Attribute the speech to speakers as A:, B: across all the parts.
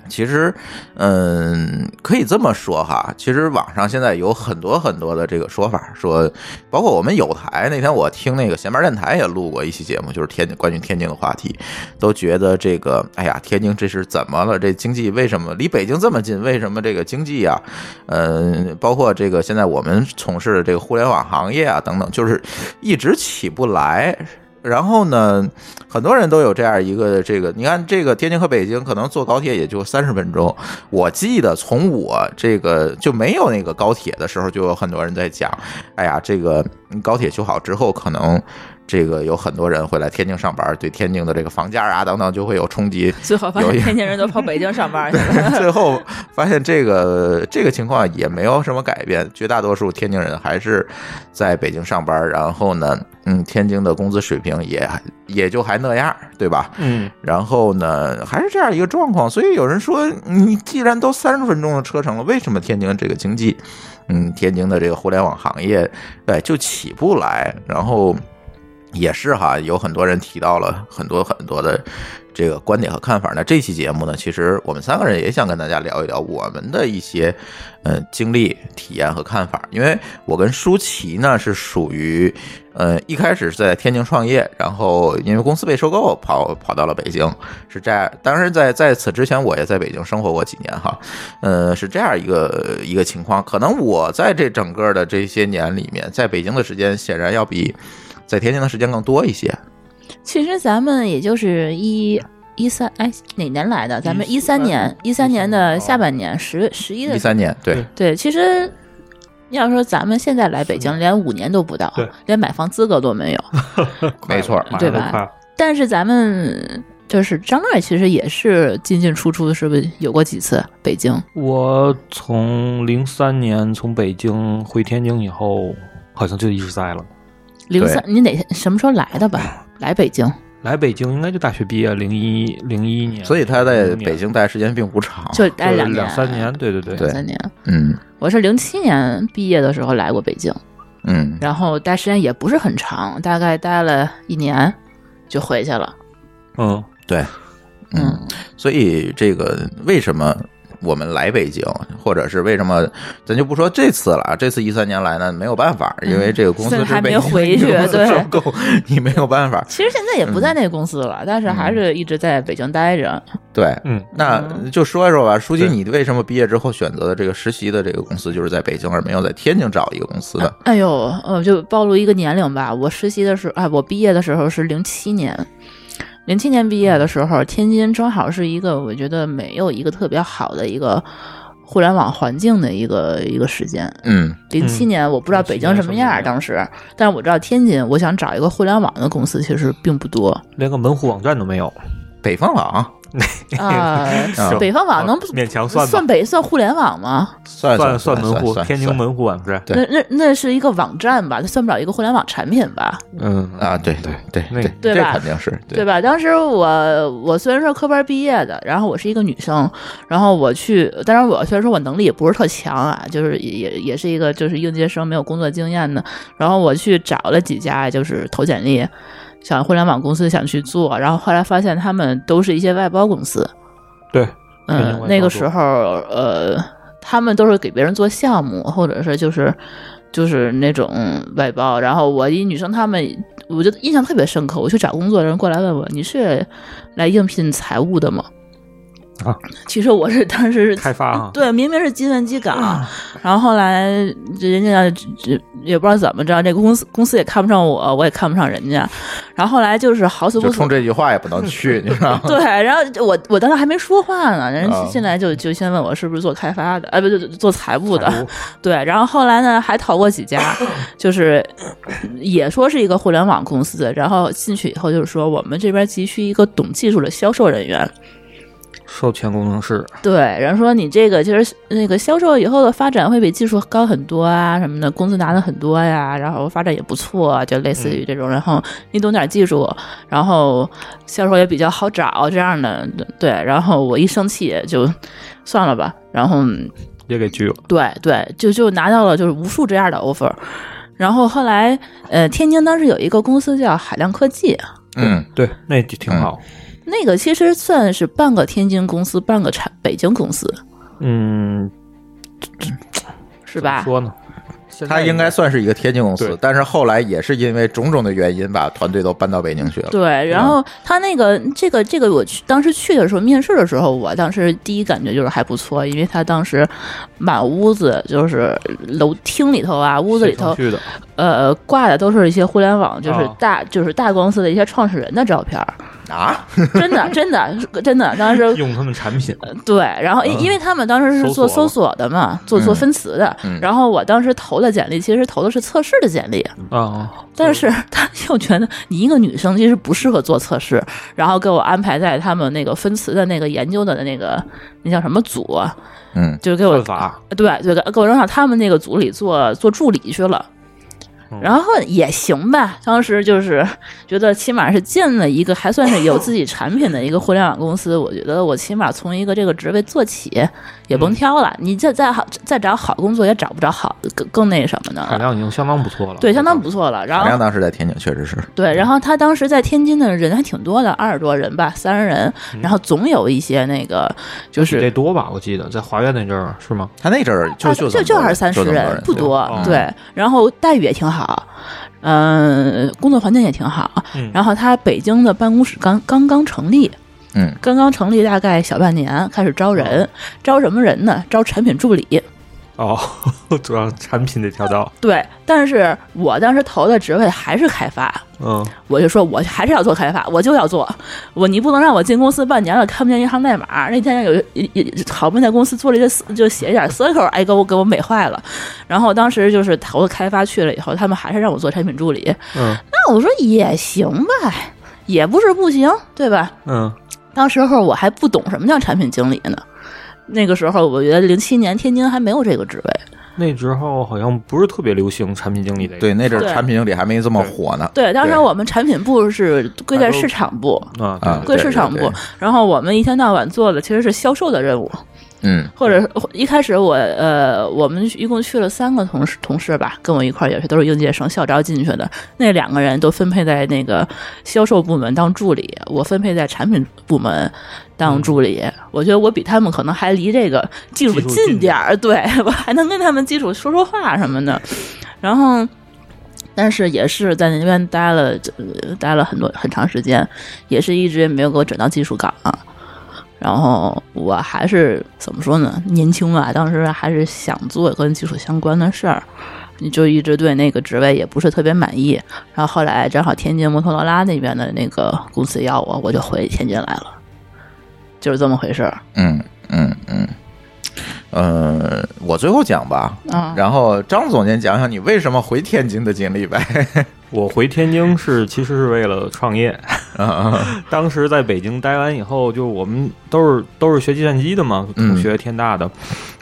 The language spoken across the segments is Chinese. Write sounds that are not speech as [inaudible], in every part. A: 其实，嗯，可以这么说哈。其实网上现在有很多很多的这个说法，说包括我们有台那天我听那个闲班电台也录过一期节目，就是天津关于天津的话题，都觉得这个，哎呀，天津这是怎么了？这经济为什么离北京这么近？为什么这个经济啊，嗯，包括这个现在我们从事的这个互联网行业啊等等，就是一直起不来。然后呢，很多人都有这样一个这个，你看这个天津和北京可能坐高铁也就三十分钟。我记得从我这个就没有那个高铁的时候，就有很多人在讲，哎呀，这个高铁修好之后，可能这个有很多人会来天津上班，对天津的这个房价啊等等就会有冲击。
B: 最后发现
A: 有一
B: 天津人都跑北京
A: [laughs]
B: 上班去了。
A: 最后发现这个这个情况也没有什么改变，绝大多数天津人还是在北京上班，然后呢，嗯，天津的工资水平也也就还那样，对吧？
C: 嗯，
A: 然后呢，还是这样一个状况，所以有人说，你既然都三十分钟的车程了，为什么天津这个经济，嗯，天津的这个互联网行业，哎，就起不来？然后也是哈，有很多人提到了很多很多的这个观点和看法。那这期节目呢，其实我们三个人也想跟大家聊一聊我们的一些嗯、呃经历、体验和看法，因为我跟舒淇呢是属于呃一开始是在天津创业，然后因为公司被收购跑跑到了北京，是这样。当然在在此之前我也在北京生活过几年哈，呃是这样一个一个情况。可能我在这整个的这些年里面，在北京的时间显然要比。在天津的时间更多一些。
B: 其实咱们也就是一一三哎哪年来的？咱们一三年一三年的下半年十十一
A: 一
B: 的
A: 三年，对，
B: 对，其实。要说咱们现在来北京，连五年都不到
C: 对，
B: 连买房资格都没有。
A: 没错
C: 马上
B: 对
C: 就
B: 吧
C: 快了
B: 但是咱们就是张乐，其实也是进进出出，是不是有过几次北京？
C: 我从零三年从北京回天津以后，好像就一直在了。
B: 零三，你哪什么时候来的吧？来北京，
C: 来北京应该就大学毕业，零一零一年，
A: 所以他在北
C: 就
A: 京待的时间并不长。
B: 就待
C: 是
B: 两
C: 两三年，，对对对
A: 对
B: 两三年。
A: 嗯
B: 我是零七年毕业的时候来过北京，
A: 嗯，
B: 然后待时间也不是很长，大概待了一年就回去了。
C: 嗯，
A: 对，嗯，所以这个为什么？我们来北京，或者是为什么，咱就不说这次了啊。这次一三年来呢，没有办法，因为这个公司
B: 嗯
A: 是
B: 还
A: 被
B: 没回去
A: 被公司
B: 对
A: 收购， [laughs] 你没有办法。
B: 其实现在也不在那个公司了，但是还是一直在北京待着。
A: 对，
C: 嗯，
A: 那就说一说吧，书记，
C: 对
A: 你为什么毕业之后选择的这个实习的这个公司就是在北京，而没有在天津找一个公司
C: 啊
A: 的？
B: 哎呦，呃，就暴露一个年龄吧。我实习的时候，啊，我毕业的时候是零七年，零七年毕业的时候，天津正好是一个我觉得没有一个特别好的一个互联网环境的一个一个时间。
A: 嗯
B: 零七年我不知道北京什么样
C: 07
B: 儿，
C: 年
B: 当时，但是我知道天津，我想找一个互联网的公司其实并不多。
C: 连个门户网站都没有。
A: 北方网，
B: 啊，
A: 啊
B: 北方网能不
C: 勉强算吧
B: 算北算互联网吗？
A: 算
C: 算
A: 算
C: 门户，
A: 算
C: 天津
A: 算
C: 门户网站。
A: 对
B: 那那那是一个网站吧，它算不了一个互联网产品吧，
C: 嗯
A: 啊，对对对
C: 那个
B: 对
A: 这
B: 吧
A: 肯定是
B: 对吧？当时我我虽然说科班毕业的，然后我是一个女生，然后我去，当然我虽然说我能力也不是特强啊，就是也也也是一个就是应届生，没有工作经验的，然后我去找了几家就是投简历，想互联网公司想去做，然后后来发现他们都是一些外包公司，
C: 对，天津
B: 嗯
C: 外，包
B: 那个
C: 多
B: 时候呃，他们都是给别人做项目，或者是就是就是那种外包。然后我一女生，她们我就印象特别深刻。我去找工作，人过来问我：“你是来应聘财务的吗？”
C: 啊，
B: [laughs] 其实我是当时是
C: 开发啊
B: 对，明明是金文基港，然后后来人家这也不知道怎么着，这个公司公司也看不上我，我也看不上人家，然后后来就是好死
A: 就
B: 不死
A: 冲，这句话也不能去，你知
C: [laughs]
A: 道吗？
B: 对，然后我我当时还没说话呢，人
A: 啊
B: 家进来就就先问我是不是做开发的，哎，不对，对做财
C: 财务
B: 务的， [laughs] 对，然后后来呢还投过几
C: [laughs]
B: 家，就是也说是一个互联网公司，然后进去以后就是说我们这边急需一个懂技术的销售人员，
C: 授权工程师，
B: 对，然后说你这个其实那个销售以后的发展会比技术高很多啊，什么的，工资拿的很多呀，然后发展也不错啊，就类似于这种。然后你懂点技术，然后销售也比较好找这样的，对。然后我一生气就算了吧，然后
C: 也给拒了。
B: 对对，就就拿到了就是无数这样的 offer。然后后来，呃，天津当时有一个公司叫海量科技，
A: 嗯，
C: 对，那就挺好。
B: 那个其实算是半个天津公司，半个产北京公司，
C: 嗯，
B: 是
C: 是
B: 吧？
C: 说呢，现
A: 他
C: 在
A: 应该算是一个天津公司
C: 对，
A: 但是后来也是因为种种的原因，把团队都搬到北京去了。
B: 对，然后他那个这个这个，我去当时去的时候，面试的时候，我当时第一感觉就是还不错，因为他当时满屋子就是楼厅里头啊，屋子里头
C: 去的，
B: 呃挂的都是一些互联网，就是
C: 啊
B: 大、就是大公司的一些创始人的照片儿，
A: 啊，
B: 真的真的真的，当时
C: 用他们产品，
B: 对，然后因因为他们当时是做搜
C: 搜
B: 索的嘛，做做
A: 嗯
B: 分词的，
A: 嗯
B: 然后我当时投的简历其实投的是测试的简历，
A: 呃
C: 啊，
B: 但是他又觉得你一个女生其实不适合做测试，然后给我安排在他们那个分词的那个研究的那个那叫什么组啊，
A: 嗯，
B: 就是给我
C: 算法
B: 对对给我扔到他们那个组里做做助理去了。
C: 嗯
B: 然后也行吧，当时就是觉得起码是进了一个还算是有自己产品的一个互联网公司，我觉得我起码从一个这个职位做起，也
C: 嗯
B: 甭挑了。你再再好再找好工作也找不着好更更那什么的
C: 海
B: 了，
C: 量已经相当不错了。
B: 对，相当不错了。然
A: 海
B: 后
A: 亮当时在天津确实是，
B: 对，然后他当时在天津的人还挺多的，二十多人吧，三十人，
A: 嗯
B: 然后总有一些那个就
C: 比这
B: 是。
C: 多吧？我记得在华苑那阵儿是吗？
A: 他那阵儿就
B: 啊
A: 就
B: 就
A: 这么
B: 就
A: 多
B: 二三十
A: 就这么多
B: 人
A: 人，
B: 不多，
C: 嗯
B: 对。然后待遇也挺好，嗯、工作环境也挺好。
C: 嗯
B: 然后他北京的办公室刚刚刚成立，
A: 嗯，
B: 刚刚成立大概小半年，开始招人，
A: 哦
B: 招什么人呢？招产品助理。
C: 哦，主要产品这条道，
B: 对，但是我当时投的职位还是开发，
C: 嗯，
B: 我就说，我还是要做开发，我就要做。我你不能让我进公司半年了看不见银行代码。那天有一一一好不容易在公司做了一些，就写一点 circle，哎，给我给我美坏了。然后当时就是投了开发去了以后，他们还是让我做产品助理。
C: 嗯，
B: 那我说也行吧，也不是不行，对吧？
C: 嗯，
B: 当时候我还不懂什么叫产品经理呢。那个时候，我觉得零七年天津还没有这个职位，
C: 那时候好像不是特别流行产品经理这个。
A: 对，那阵儿
B: 对
A: 产品经理还没这么火呢。
B: 对，当时
A: 对
B: 我们产品部是归在市场部，
C: 啊，
A: 啊，
B: 归
A: 对
B: 市场，
A: 对
B: 部
A: 对，
B: 然后我们一天到晚做的其实是销售的任务，
A: 嗯
B: 或者一开始我呃，我们一共去了三个同事同事吧，跟我一块儿也是都是应届生校招进去的，那两个人都分配在那个销售部门当助理，我分配在产品部门当助理。我觉得我比他们可能还离这个嗯技术
C: 技术
B: 近
C: 近
B: 点儿，对我还能跟他们基础说说话什么的，然后。但是也是在那边待了，呃待了很多很长时间，也是一直也没有给我整到技术岗、啊然后我还是怎么说呢，年轻嘛，当时还是想做跟技术相关的事儿，你就一直对那个职位也不是特别满意。然后后来正好天津摩托罗拉那边的那个公司要我，我就回天津来了，就是这么回事儿。
A: 嗯嗯嗯，呃，我最后讲吧，
B: 啊
A: 然后张总监讲讲你为什么回天津的经历呗。 [laughs]
C: 我回天津是其实是为了创业，
A: 啊啊，
C: 当时在北京待完以后，就我们都是都是学计算机的嘛，
A: 嗯
C: 同学天大的，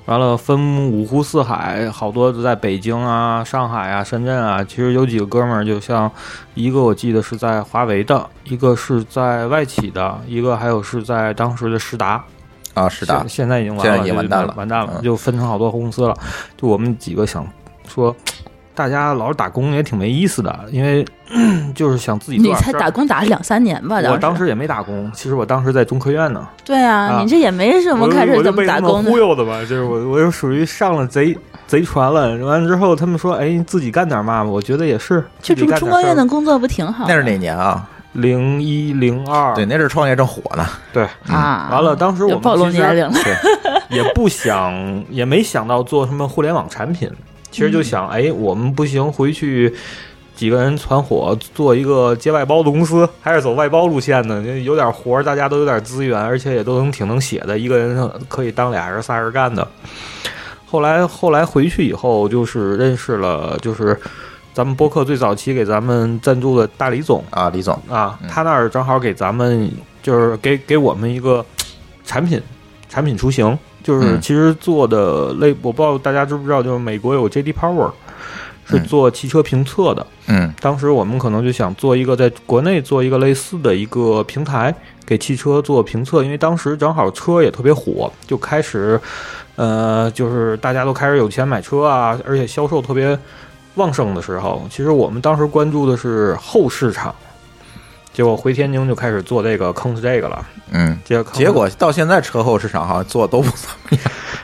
C: 完了分五湖四海，好多都在北京啊、上海啊、深圳啊。其实有几个哥们儿，就像一个我记得是在华为的，一个是在外企的，一个还有是在当时的实达，
A: 啊是的
C: 现，现在已经完了，
A: 现在已经完蛋了
C: 就完蛋了，
A: 嗯
C: 就分成好多公司了。就我们几个想说，大家老是打工也挺没意思的，因为 [clears throat] 就是想自己做
B: 你
C: 点
B: 才
C: 事儿
B: 打工打啊了两三年吧？
C: 我当时也没打工，其实我当时在中科院呢。
B: 对啊，
C: 啊
B: 你这也没什么
C: 我就
B: 开始
C: 我就
B: 怎么
C: 被
B: 打
C: 他们
B: 工的
C: 忽，悠的吧？就是我，我就属于上了贼贼船了。完了之后，他们说：“哎，你自己干点嘛吧？”我觉得也是，
B: 去中中科院的
C: 的
B: 工作不挺好？
A: 那是哪年啊？
C: 零一零二，
A: 对，那是创业正火呢。
C: 对，
B: 啊，
C: 嗯完了当时我
B: 就
C: 们
B: 暴露
C: 其实
B: 年龄了，
C: 也不想，也没想到做什么互联网产品，其实就
B: 嗯
C: 想，哎，我们不行，回去几个人团伙做一个接外包的公司，还是走外包路线呢？就有点活儿，大家都有点资源，而且也都能挺能写的，一个人可以当俩人、仨人干的。后来后来回去以后，就是认识了，就是咱们播客最早期给咱们赞助的大李总。
A: 啊，李总，
C: 啊
A: 嗯，
C: 他那儿正好给咱们就是给给我们一个产品产品雏形，就是
A: 嗯
C: 其实做的类，我不知道大家知不知道，就是美国有 JD Power 是
A: 嗯
C: 做汽车评测的，
A: 嗯
C: 当时我们可能就想做一个在国内做一个类似的一个平台，给汽车做评测，因为当时正好车也特别火，就开始，呃，就是大家都开始有钱买车啊，而且销售特别旺盛的时候，其实我们当时关注的是后市场。结果回天津就开始做这个坑是这个了，
A: 嗯。
C: 结果坑
A: 结果到现在车后市场好像做的都不怎么样。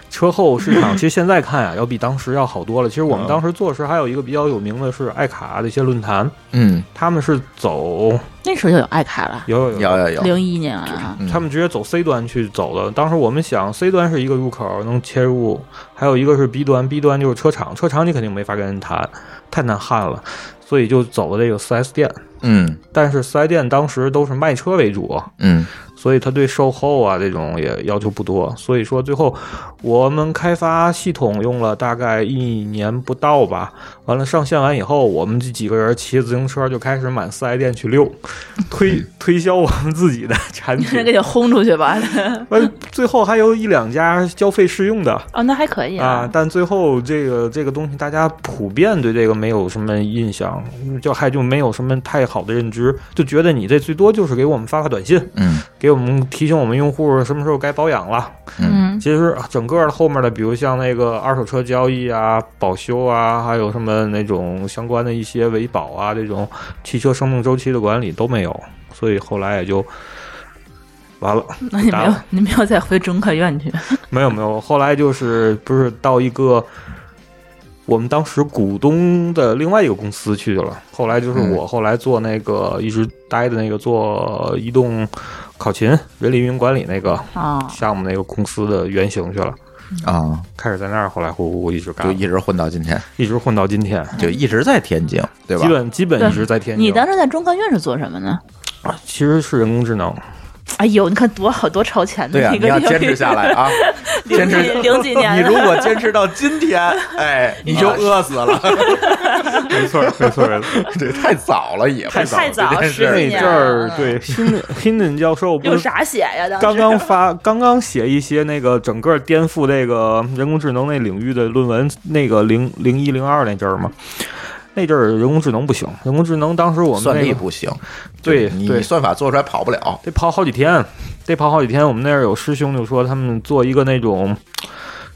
C: 车后市场其实现在看啊，要比当时要好多了。其实我们
A: 嗯
C: 当时做时还有一个比较有名的是爱卡的一些论坛，
A: 嗯，
C: 他们是走
B: 那时候就有爱卡了，
C: 有有有
A: 有有有，
B: 零一年啊， [laughs]
A: 嗯
C: 他们直接走 C 端去走的。当时我们想，C 端是一个入口能切入，还有一个是 B 端，B 端就是车厂，车厂你肯定没法跟人谈，太难焊了，所以就走了这个 4S 店。
A: 嗯
C: 但是 4S 店当时都是卖车为主啊，
A: 嗯
C: 所以他对售后啊这种也要求不多。所以说最后我们开发系统用了大概一年不到吧，完了上线完以后，我们这几个人骑着自行车就开始满 4S 店去溜，推推销我们自己的产品
B: 那。给你轰出去吧。
C: 完，呃最后还有一两家交费试用的
B: 哦，那还可以
C: 啊，但最后这个这个东西大家普遍对这个没有什么印象，嗯就还就没有什么太好的认知，就觉得你这最多就是给我们发发短信，
A: 嗯
C: 给我们提醒我们用户什么时候该保养了。
B: 嗯，
C: 其实整个后面的，比如像那个二手车交易啊、保修啊，还有什么那种相关的一些维保啊，这种汽车生命周期的管理都没有，所以后来也就完了。
B: 那你没有
C: 打，
B: 你没有再回中科院去，
C: 没有没有，后来就是不是到一个我们当时股东的另外一个公司去了。后来就是我后来做那个、一直待的那个做移动考勤人力运营管理那个
B: 哦，
C: 项目那个公司的原型去了，
A: 啊，
C: 开始在那儿，后来呼呼呼一直干
A: 就，一直混到今天，
C: 一直混到今天，
A: 就一直在天津，对吧
C: 基？本基本一直在天津。
B: 你当时在中科院是做什么呢？
C: 其实是人工智能，
B: 哎呦，你看多好多超前
A: [laughs] 对
B: 的
A: 啊，
B: 一
A: 你
B: 个
A: 要
B: 领域
A: 坚持下
B: [laughs]
A: 来啊，坚持
B: 零几零几年
A: 你如果坚持到今天，哎，你就饿死了。
C: 啊 [laughs] 没错没错没
A: [laughs]
C: 错。
A: 这太早了，也不
B: 太太早
A: 这件事
B: 十几
C: 那
B: 年
C: 阵儿对 Hinden Hinden 教授不
B: 有
C: 是
B: 啥写呀？当
C: [laughs] 刚
B: 时
C: 刚发，刚刚写一些那个整个颠覆这个人工智能那领域的论文，那个零零一零二那阵儿嘛，那阵儿人工智能不行，人工智能当时我们
A: 算
C: 那
A: 力
C: 个
A: 不行，
C: 对
A: 你
C: 对
A: 你算法做出来跑不了。
C: 得跑好几天，得跑好几天。我们那儿有师兄就说他们做一个那种。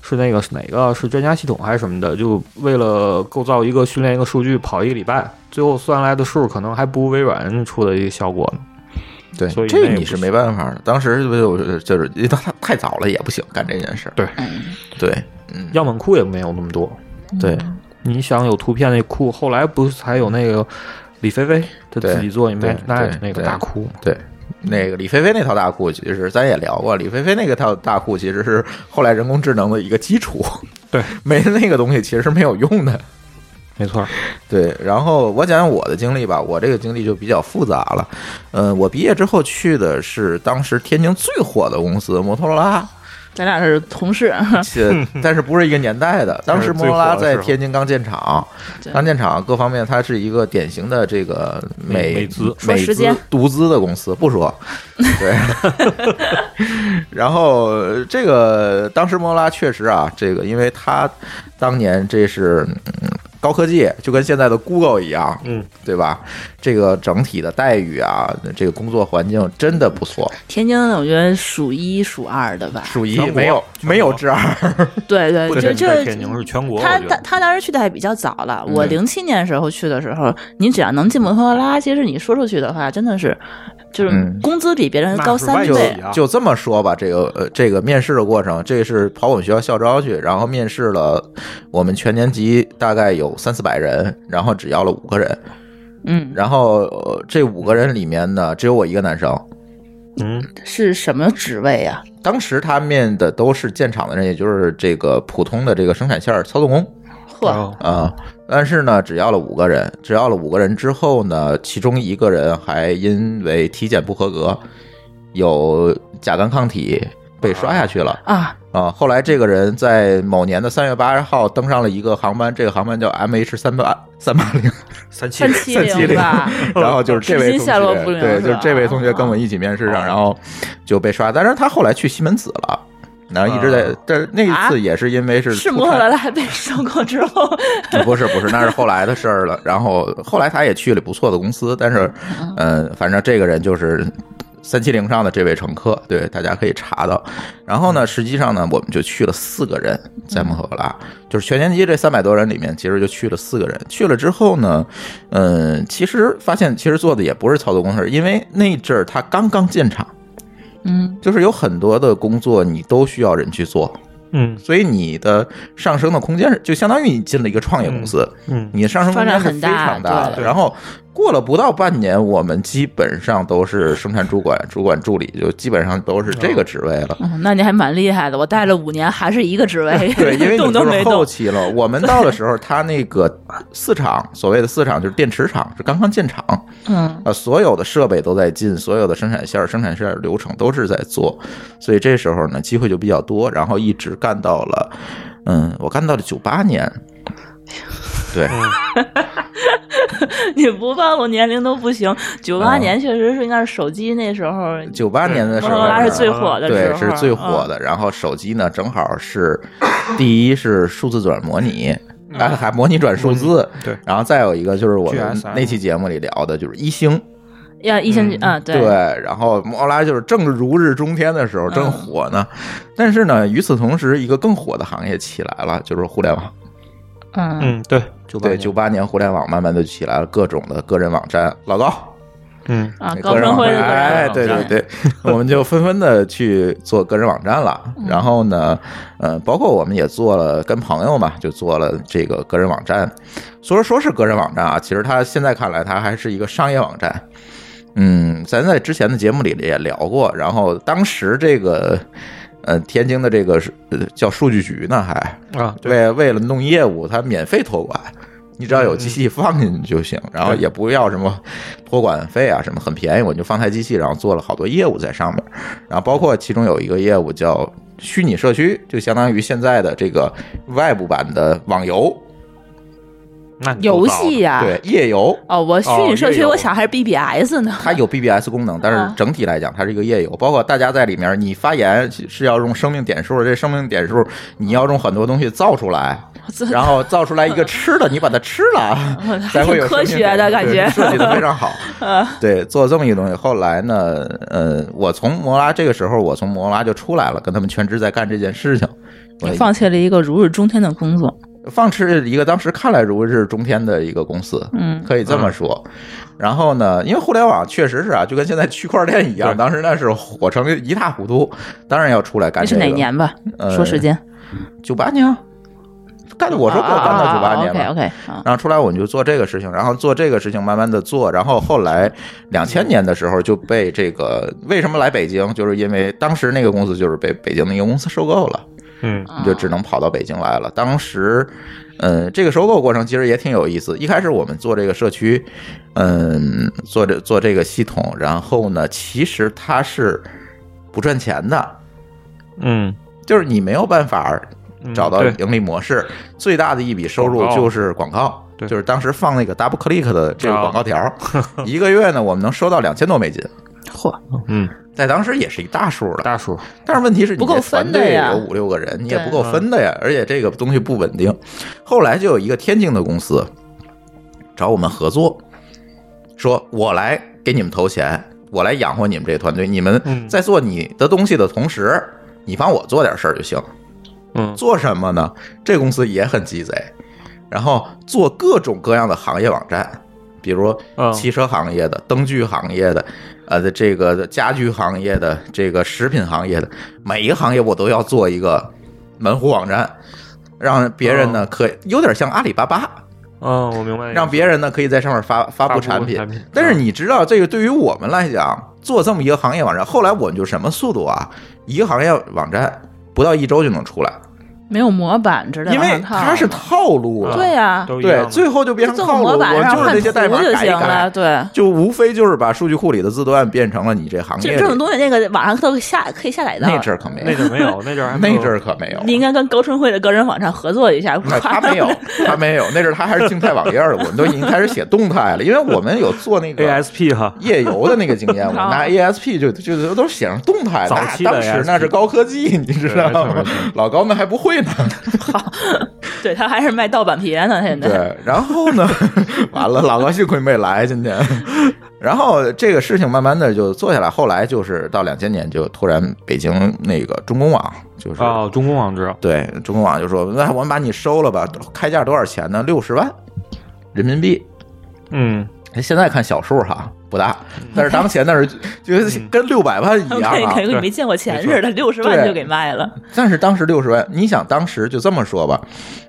C: 是那个是哪个是专家系统还是什么的？就为了构造一个训练一个数据，跑一个礼拜，最后算来的数可能还不如微软出的一个效果呢。
A: 对，
C: 所以
A: 这
C: 那
A: 个
C: 个
A: 你
C: 不
A: 是
C: 行
A: 没办法的。当时就就是因为它太早了也不行，干这件事儿。
C: 对
A: 对，嗯，
C: 样本库也没有那么多，
A: 对
C: 你想有图片那库，后来不是还有那个李飞飞他
A: 对
C: 自己做
A: 对
C: Imagine
A: 对
C: 那个
A: 对
C: 大库嘛？
A: 对。那个李飞飞那套大库，其实咱也聊过。李飞飞那个套大库其实是后来人工智能的一个基础，
C: 对，
A: 没那个东西其实是没有用的。
C: 没错儿，
A: 对，然后我讲讲我的经历吧，我这个经历就比较复杂了。呃嗯，我毕业之后去的是当时天津最火的公司摩托罗拉，
B: 咱俩是
C: [laughs]
B: 同事，
A: 且但是不是一个年代的。当时
C: 是
A: 摩
C: 最
A: 托
C: 火
A: 拉
C: 的
A: 在
C: 时候
A: 天津刚建厂，
B: 对
A: 刚建厂各方面，它是一个典型的这个
C: 美
A: 美
C: 美资
B: 说
A: 美
B: 时
A: 资
B: 间
A: 独资的公司，不
B: [laughs]
A: 说对。 [laughs] 然后呃这个当时摩托拉确实啊，这个因为它当年这是。嗯高科技就跟现在的 Google 一样，
C: 嗯，
A: 对吧？这个整体的待遇啊，这个工作环境真的不错，
B: 天津我觉得数一数二的吧，
A: 数一
C: 全国
A: 没有
C: 全国
A: 没有之二，
B: 对对，
C: 不
B: 就
C: 仅
B: 就
C: 在天津是全国，
B: 他
C: 我觉
B: 他
C: 得
B: 他当时去的还比较早了，我
A: 嗯
B: 零七年时候去的时候，你只要能进摩托罗拉，其实你说出去的话，真的是就是
A: 嗯
B: 工资比别人
C: 那
B: 高
C: 是
B: 三
C: 外
B: 倍
C: 企。啊
A: 就这么说吧，这个呃，这个面试的过程，这是跑我们学校校招去，然后面试了我们全年级大概有三四百人，然后只要了五个人，
B: 嗯，
A: 然后、呃这五个人里面呢，只有我一个男生。
C: 嗯，
B: 是什么职位啊呀、
A: 当时他面的都是建厂的人，也就是这个普通的这个生产线儿操作工
B: 嚯，
C: 哦
A: 啊、但是呢，只要了五个人，只要了五个人之后呢，其中一个人还因为体检不合格，有甲肝抗体被刷下去了。
B: 啊，
A: 啊，后来这个人在某年的三月八号登上了一个航班，这个航班叫 MH 三八三八零，
C: 三七
B: 三
C: 零
B: 七零吧，
A: 然后就是这位
B: 直
A: 同
B: 接下落不
A: 学，
B: 明
A: 对，
B: 是
A: 就是
B: 吧啊
A: 这位同学跟我一起面试上，
C: 哦
A: 然后就被刷，但是他后来去西门子了，然后一直在
C: 啊，
A: 但是那一
B: 啊
A: 次也是因为是
B: 是
A: 出
B: 摩托
A: 差
B: 罗拉被收购之后，
A: [laughs] 不是不是，那是后来的事儿了。然后后来他也去了不错的公司，但是，嗯、反正这个人就是三七零上的这位乘客，对，大家可以查到。然后呢，实际上呢，我们就去了四个人，在摩托罗拉，就是全年级这三百多人里面，其实就去了四个人。去了之后呢，嗯、其实发现其实做的也不是操作工事，因为那阵儿他刚刚建厂，
B: [laughs] 嗯，
A: 就是有很多的工作你都需要人去做，
C: 嗯
A: 所以你的上升的空间是就相当于你进了一个创业公司。
C: 嗯，
A: 你的上升空间是非常
B: 发展很大
A: 的。
B: 对
A: 然后过了不到半年，我们基本上都是生产主管、主管助理，就基本上都是这个职位了。
B: 嗯那你还蛮厉害的，我带了五年还是一个职位，
A: [laughs] 对，
B: [laughs]
A: 因为
B: 动
A: 你
B: 都
A: 就
B: 没
A: 是
B: 动
A: 后，期了。我们到的时候，他那个四厂，所谓的四厂就是电池厂，是刚刚建厂，
B: 嗯，
A: 啊，所有的设备都在进，所有的生产线儿、生产线儿流程都是在做，所以这时候呢，机会就比较多，然后一直干到了，嗯，我干到了九八年，对，
B: 你不暴露年龄都不行。九八
A: 嗯
B: 年确实是应该是手机那时候，
A: 九八年的时
B: 摩
A: 候
B: 托罗拉
A: 呢
B: 是最火的时
A: 对，
B: 候，嗯
A: 是最火的。然后手机呢，正好是第一是数字转模拟，啊，还模拟转数字，
C: 对。
A: 然后再有一个就是我们
C: GSM
A: 那期节目里聊的，就是一星，
B: 嗯。要一星
C: 嗯
B: 啊，
A: 对。然后摩托罗拉就是正如日中天的时候，
B: 嗯
A: 正火呢。但是呢，与此同时，一个更火的行业起来了，就是互联网。
B: 嗯，
C: 嗯，对，九八
A: 对，九八年互联网慢慢的起来了，各种的个人网站，老高，
C: 嗯，
B: 啊，高
A: 哎个人
B: 分
A: 网
B: 会
A: 站，
B: 是个人
A: 哎，
B: 网
A: 对对
B: 站，
A: 对，我们就纷纷的去做个人网站了。
B: 嗯
A: 然后呢，呃，包括我们也做了，跟朋友嘛，就做了这个个人网站。虽然说是个人网站啊，其实它现在看来，它还是一个商业网站。嗯，咱在之前的节目里也聊过，然后当时这个。呃，天津的这个是呃叫数据局呢，还
C: 啊，对，
A: 为为了弄业务，它免费托管，你只要有机器放进去就行，然后也不要什么托管费啊什么，很便宜，我就放台机器，然后做了好多业务在上面，然后包括其中有一个业务叫虚拟社区，就相当于现在的这个 Web 版的网游，
C: 那你
B: 游
C: 都早
B: 戏呀，
A: 对，夜游。
B: 哦，我虚拟社
C: 哦
B: 区，
C: 也有
B: 我想还是 BBS 呢。
A: 它有 BBS 功能，但
B: 啊
A: 是整体来讲，它是一个夜游，包括大家在里面，你发言是要用生命点数，这生命点数你要用很多东西造出来，
B: 这
A: 然后造出来一个吃的，你把它吃了，才会有
B: 科
A: 生命
B: 学的
A: 对
B: 感觉嗯
A: 设计的非常好。
B: [laughs]
A: 对，做这么一个东西，后来呢，呃，我从摩拉这个时候，我从摩拉就出来了，跟他们全职在干这件事情。我
B: 放弃了一个如日中天的工作，
A: 放置一个当时看来如日中天的一个公司，
B: 嗯，
A: 可以这么说。然后呢，因为互联网确实是啊，就跟现在区块链一样，
C: 对
A: 当时那是火成一塌糊涂，当然要出来干
B: 那
A: 这
B: 是
A: 个。
B: 哪年吧？
A: 呃
B: 说时间。
A: 九八年啊，干的我说过
B: 啊
A: 干到九八年嘛。嗯
B: OK OK，
A: 然后出来我们就做这个事情，然后做这个事情慢慢的做，然后后来两千年的时候就被这个为什么来北京，就是因为当时那个公司就是被北京的一个公司收购了，
C: 嗯
B: 啊
A: 你就只能跑到北京来了。当时，嗯，这个收购过程其实也挺有意思。一开始我们做这个社区，嗯，做这做这个系统，然后呢，其实它是不赚钱的，
C: 嗯
A: 就是你没有办法
C: 嗯
A: 找到
C: 对
A: 盈利模式，最大的一笔收入
C: 广告
A: 就是广告，
C: 对
A: 就是当时放那个 Double Click 的这个
C: 啊
A: 广告条
C: [laughs]
A: 儿，一个月呢我们能收到两千多美金，
B: 嚯，
C: 嗯，
A: 在当时也是一大数了。
C: 大数
A: 但是问题是，
B: 不够分的呀
A: 有五六个人，你也
B: 对
A: 不够分的呀，而且这个东西不稳定。后来就有一个天津的公司找我们合作，说我来给你们投钱，我来养活你们这个团队，你们
C: 嗯
A: 在做你的东西的同时，你帮我做点事儿就行。
C: 嗯
A: 做什么呢？这公司也很鸡贼，然后做各种各样的行业网站，比如
C: 嗯
A: 汽车行业的、灯具行业的，呃，这个家居行业的、这个食品行业的，每一个行业我都要做一个门户网站，让别人呢可以有点像阿里巴巴，
C: 嗯，我明白，
A: 让别人呢可以在上面发哎发布产品
C: 发布产品。
A: 但是你知道，这个对于我们来讲，做这么一个行业网站，后来我们就什么速度啊？一个行业网站不到一周就能出来，
B: 没有模板之类的，
A: 因为它是套路了。
B: 对呀、
C: 都一
A: 嗯对啊
C: 样，的
A: 最后就变
B: 就
A: 成
B: 做
A: 套
B: 个
A: 路，
B: 模板，
A: 我
B: 然后
A: 就是这
B: 看图
A: 些代码
B: 就
A: 改一
B: 行了。
A: 改，
B: 对，
A: 就无非就是把数据库里的字段变成了你这行
B: 就
A: 业
B: 这种
A: 里。
B: 东西，那个网上都下可以下载到。
A: 那阵儿可没
C: 嗯那
A: 有，
C: 阵儿没有，那阵儿还没有
A: 那阵儿可没有。
B: 你应该跟高春慧的个人网站合作一下，
A: 哎他没有，他没有，那阵儿他还是静态网页儿的，我们都已经开始写动态了，因为我们有做那个
C: ASP 哈，
A: 夜游的那个经验，我们拿 ASP 就就都写上动态，
C: 早
A: 那
C: 期的
A: 当时
C: ASP
A: 那是高科技，你知道
C: 对
A: 吗
C: 没错没？
A: 老高那还不会呢。
B: [laughs] 对他还是卖盗版碟呢，现在。
A: 对，然后呢， [laughs] 完了，老高幸亏没来今天。 [laughs] 然后这个事情慢慢的就做下来，后来就是到两千年就突然北京那个中公网就是、
C: 啊，中公网知道，
A: 对中公网就说，那我们把你收了吧，开价多少钱呢？六十万人民币。
C: 嗯，
A: 哎现在看小数哈不大，但是当前那是就是跟六百万一
B: [laughs] 他
A: 样
B: 们
A: 啊
B: 看，肯定
C: [laughs] 对
B: 没见过钱似的，六十万
A: 对
B: 就给卖了。
A: 但是当时六十万，你想当时就这么说吧，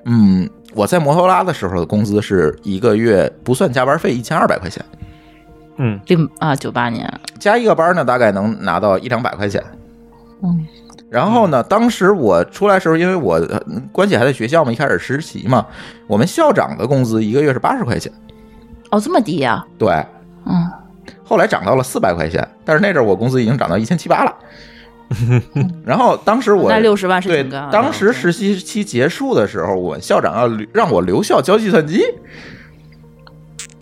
A: 嗯，我在摩托罗拉的时候的工资是一个月不算加班费一千二百块钱，
C: 嗯，
B: 零啊，九八年，
A: 加一个班呢大概能拿到一两百块钱。
B: 嗯，
A: 然后呢，当时我出来的时候，因为我呃关系还在学校嘛，一开始实习嘛，我们校长的工资一个月是八十块钱，
B: 哦，这么低呀、
A: 对，
B: 嗯，
A: 后来涨到了四百块钱，但是那阵儿我工资已经涨到一千七
B: [laughs]
A: 八了。然后当时我
B: 那60万是
A: 对
B: 挺高的，
A: 当时实习期结束的时候，我校长要留让我留校教计算机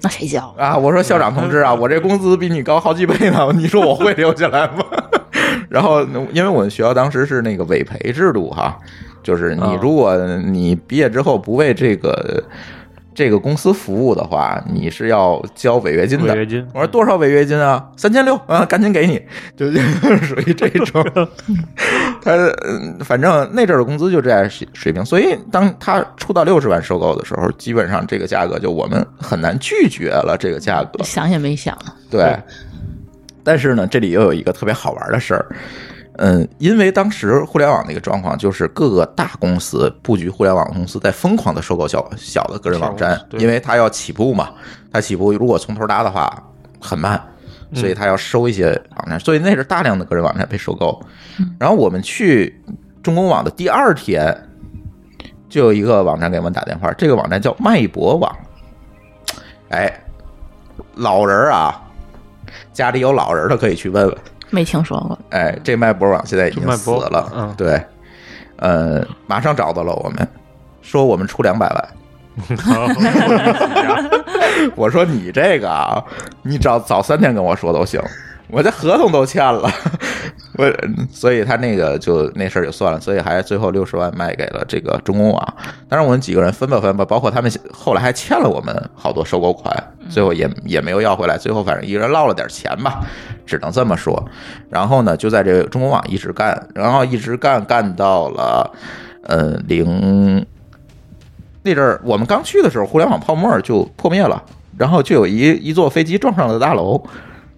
B: 那谁教？
A: 啊，我说校长同志啊，我这工资比你高好几倍呢， [laughs] 你说我会留下来吗？ [laughs] 然后因为我们学校当时是那个委培制度哈，就是你
C: 啊
A: 如果你毕业之后不为这个这个公司服务的话，你是要交违约金的
C: 违。约金，
A: 我说多少违约金啊？三千六啊，赶紧给你， [laughs] 就就属于这
C: [laughs]
A: 种。他嗯反正那阵儿的工资就这样水水平，所以当他出到六十万收购的时候，基本上这个价格就我们很难拒绝了这个价格。
B: 想也没想，
A: 对，但是呢，这里又有一个特别好玩的事儿。嗯，因为当时互联网的一个状况，就是各个大公司布局互联网公司在疯狂的收购小小的个人网站
C: 小公司，对
A: 因为它要起步嘛，它起步如果从头搭的话很慢，
C: 嗯
A: 所以它要收一些网站，所以那是大量的个人网站被收购。
C: 嗯
A: 然后我们去中公网的第二天，就有一个网站给我们打电话，这个网站叫脉搏网。哎，老人儿啊，家里有老人儿的可以去问问。
B: 没听说过。
A: 哎，这脉搏网现在已
C: 这
A: 经
C: 脉
A: 死
C: 搏
A: 了，
C: 嗯
A: 对，呃，马上找到了我们，说我们出两百万。 [laughs] 我说你这个啊，你早早三天跟我说都行，我这合同都签了， [laughs] 我所以他那个就那事儿就算了，所以还最后六十万卖给了这个中公网。当然我们几个人分吧分吧，包括他们后来还欠了我们好多收购款，最后也也没有要回来，最后反正一人落了点钱吧，只能这么说。然后呢，就在这个中公网一直干，然后一直干干到了，呃，零那阵儿我们刚去的时候，互联网泡沫就破灭了，然后就有一一座飞机撞上了大楼。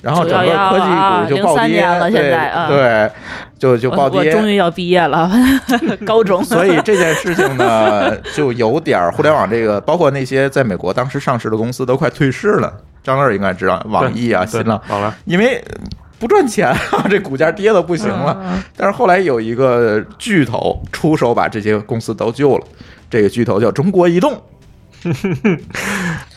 A: 然后整个
B: 911
A: 科
B: 啊
A: 技股就暴
B: 03
A: 跌，
B: 年了现
A: 对
B: 在啊
A: 对，就就
B: 我
A: 暴跌。
B: 我终于要毕
A: [laughs]
B: 业了，高中。
A: 所以这件事情呢，就有点儿互联网这个，包括那些在美国当时上市的公司都快退市了。张乐应该知道，网易啊、
C: 对
A: 新浪，
C: 好了，
A: 因为不赚钱啊，这股价跌的不行
B: 嗯
A: 了。但是后来有一个巨头出手把这些公司都救了，这个巨头叫中国移动。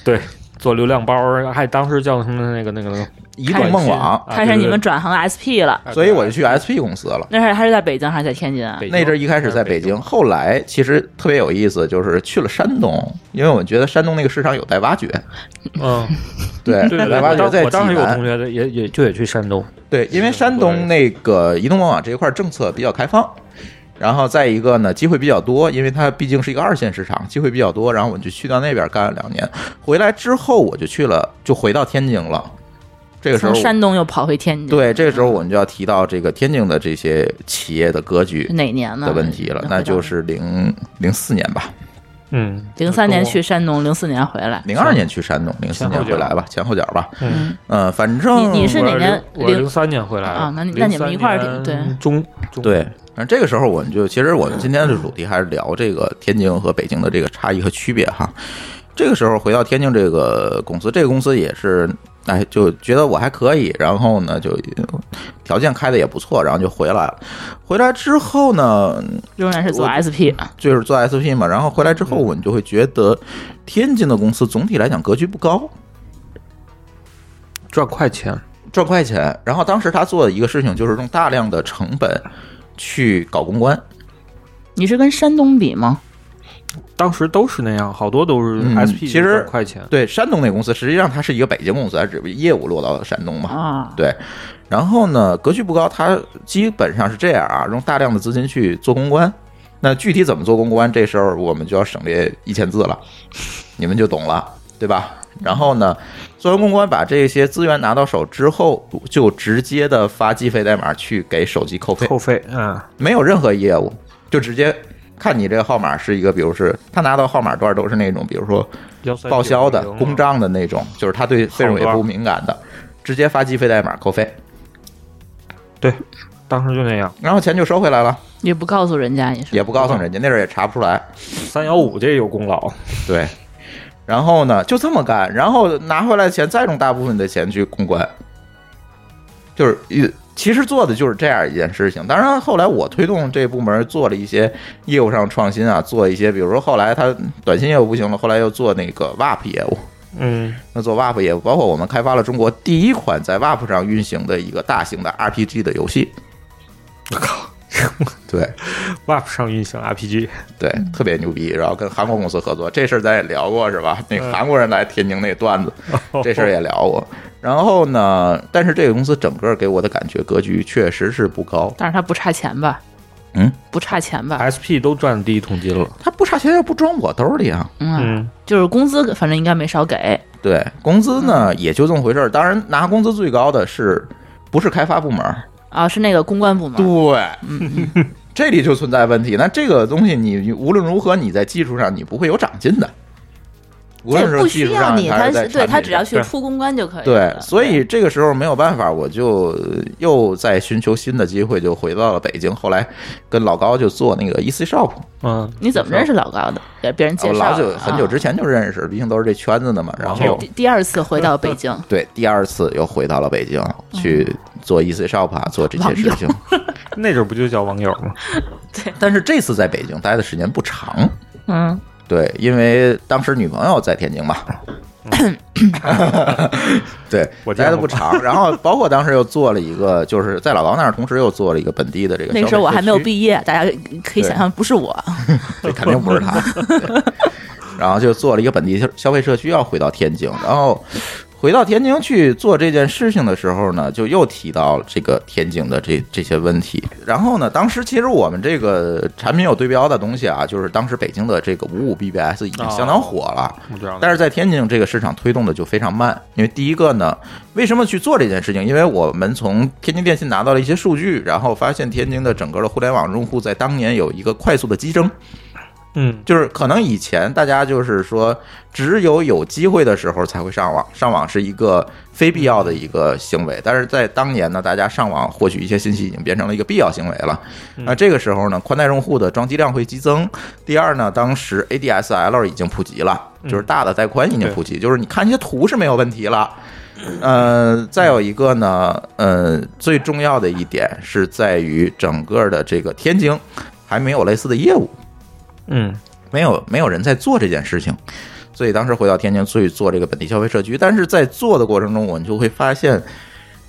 C: 对，做流量包儿，还当时叫什么那个那个那个
A: 移动梦网，
C: 啊
B: 开始
C: 对对
B: 你们转行 SP 了，
C: 啊
A: 所以我
C: 对
A: 就去 SP 公司了。
B: 那是还是在北京还是在天津啊？
C: 北京
A: 那阵儿一开始在北京，后来其实特别有意思，就是去了山东，因为我觉得山东那个市场有待挖
C: [laughs]
A: 掘。
C: 嗯，
A: 对，
C: 对对
A: 有
C: 对，
A: 待挖
C: 我
A: 掘
C: 当
A: 在
C: 我
A: 济
C: 当时有同
A: 南。
C: 学也也就也去山东，
A: 对，因为山东那个移动网网这一块政策比较开放，然后再一个呢，机会比较多，因为它毕竟是一个二线市场，机会比较多。然后我就去到那边干了两年，回来之后我就去了，就回到天津了。这个时候
B: 从，山东又跑回天津，，
A: 对，这个时候我们就要提到这个天津的这些企业的格局
B: 哪年呢
A: 的问题了，那就是零零四年吧，
C: 嗯，
B: 零三年去山东，零四年回来。
A: 零二年去山东，零四
C: 前后
A: 年
C: 脚
A: 回来吧，前后脚吧。
C: 嗯，
A: 嗯，反正
B: 你你是
C: 我
B: 哪年
C: 零我是
B: 零
C: 零三年回来的
B: 啊那你那你们一块儿
C: 03
B: 对
C: 年中中
A: 对，反正这个时候我们就，其实我们今天的主题还是聊这个天津和北京的这个差异和区别哈。这个时候回到天津这个公司，这个公司也是，哎，就觉得我还可以，然后呢，就条件开的也不错，然后就回来了。回来之后呢，
B: 仍然是做
A: 我嗯
B: SP，
A: 就是做 SP 嘛，然后回来之后，我们就会觉得天津的公司总体来讲格局不高，
C: 赚快钱，
A: 赚快钱。然后当时他做的一个事情就是用大量的成本去搞公关，
B: 你是跟山东比吗？
C: 当时都是那样，好多都是
A: 嗯
C: SP，
A: 其实
C: 赚快钱，
A: 对山东那公司，实际上它是一个北京公司，它只不过业务落到了山东嘛。
B: 啊，
A: 对，然后呢，格局不高，它基本上是这样啊，用大量的资金去做公关。那具体怎么做公关，这时候我们就要省略一千字了，你们就懂了，对吧？然后呢，做完公关，把这些资源拿到手之后，就直接的发计费代码去给手机扣费，
C: 扣费，嗯，
A: 没有任何业务，就直接看你这个号码是一个，比如是他拿到号码段都是那种，比如说
C: 139
A: 报销的
C: 零、啊
A: 公账的那种，就是他对费用也不敏感的，直接发计费代码扣费，
C: 对，啊当时就那样。
A: 然后钱就收回来了，
B: 也不告诉人家，也是
A: 也不告诉人家，那阵儿也查不出来，
C: 三幺五这有功劳，
A: 对。然后呢，就这么干，然后拿回来的钱再用大部分的钱去公关，就是一其实做的就是这样一件事情。当然，后来我推动这部门做了一些业务上创新啊，做一些，比如说后来他短信业务不行了，后来又做那个 WAP 业务，
C: 嗯，
A: 那做 WAP 业务，包括我们开发了中国第一款在 WAP 上运行的一个大型的 RPG 的游戏。我靠！对
C: [laughs] WAP 上运行 RPG，
A: 对，
B: 嗯
A: 特别牛逼。然后跟韩国公司合作，这事儿咱也聊过是吧？
B: 嗯
A: 那个韩国人来天津那段子，
B: 哦
A: 这事儿也聊过。然后呢，但是这个公司整个给我的感觉格局确实是不高，
B: 但是他不差钱吧？
A: 嗯，
B: 不差钱吧？
C: SP 都赚第一桶金了。
A: 他不差钱又不装我兜里啊。
B: 嗯啊，
C: 嗯，
B: 就是工资反正应该没少给，
A: 对，工资呢
B: 嗯
A: 也就这么回事儿。当然，拿工资最高的是不是开发部门？
B: 啊，嗯是那个公关部门，
A: 对， [laughs] 这里就存在问题。那这个东西你，你无论如何，你在技术上你不会有长进的。无
B: 这
A: 论是
B: 不
A: 技
B: 需
A: 术
B: 要
A: 上
B: 你，
A: 还
B: 他
A: 是在
B: 对
A: 产
B: 他
A: 品
B: 只要
A: 上
B: 去出公关就可以
A: 对
B: 了。，
A: 所以这个时候没有办法，我就呃又在寻求新的机会，就回到了北京。后来跟老高就做那个 EC shop，
C: 嗯，
B: 你怎么认识老高的？给别人介
A: 我
B: 绍的，
A: 哦老久很久之
B: 啊
A: 前就认识，毕竟都是这圈子的嘛。然
B: 这是
A: 后
B: 第第二次回到北京，
A: 对，第二次又回到了北京
B: 哦
A: 去做 EC shop 啊，做这些事情。
C: 那阵儿不就叫网友吗？
A: 但是这次在北京待的时间不长，
B: 嗯，
A: [laughs] 对，因为当时女朋友在天津嘛。 [laughs] 对，
C: 我见
A: 待的
C: 过
A: 不长，然后包括当时又做了一个，就是在老高那儿，同时又做了一个本地的这个。
B: [laughs] 那个时候我还没有毕业，大家可以想象不是我，
A: 啊这肯定不是他。对然后就做了一个本地消费社区，要回到天津，然后回到天津去做这件事情的时候呢，就又提到这个天津的这这些问题。然后呢，当时其实我们这个产品有对标的东西啊，就是当时北京的这个五五 BBS 已经
B: 哦
A: 相当火了。
C: 我知道。
A: 但是在天津这个市场推动的就非常慢，因为第一个呢，为什么去做这件事情？因为我们从天津电信拿到了一些数据，然后发现天津的整个的互联网用户在当年有一个快速的激增，
C: 嗯，
A: 就是可能以前大家就是说，只有有机会的时候才会上网，上网是一个非必要的一个行为。但是在当年呢，大家上网获取一些信息已经变成了一个必要行为了。那这个时候呢，宽带用户的装机量会激增。第二呢，当时 ADSL 已经普及了，就是大的带宽已经普及，就是你看一些图是没有问题了。呃，再有一个呢，呃，最重要的一点是在于整个的这个天津还没有类似的业务。
C: 嗯，
A: 没有没有人在做这件事情，所以当时回到天津去做这个本地消费社区。但是在做的过程中，我们就会发现，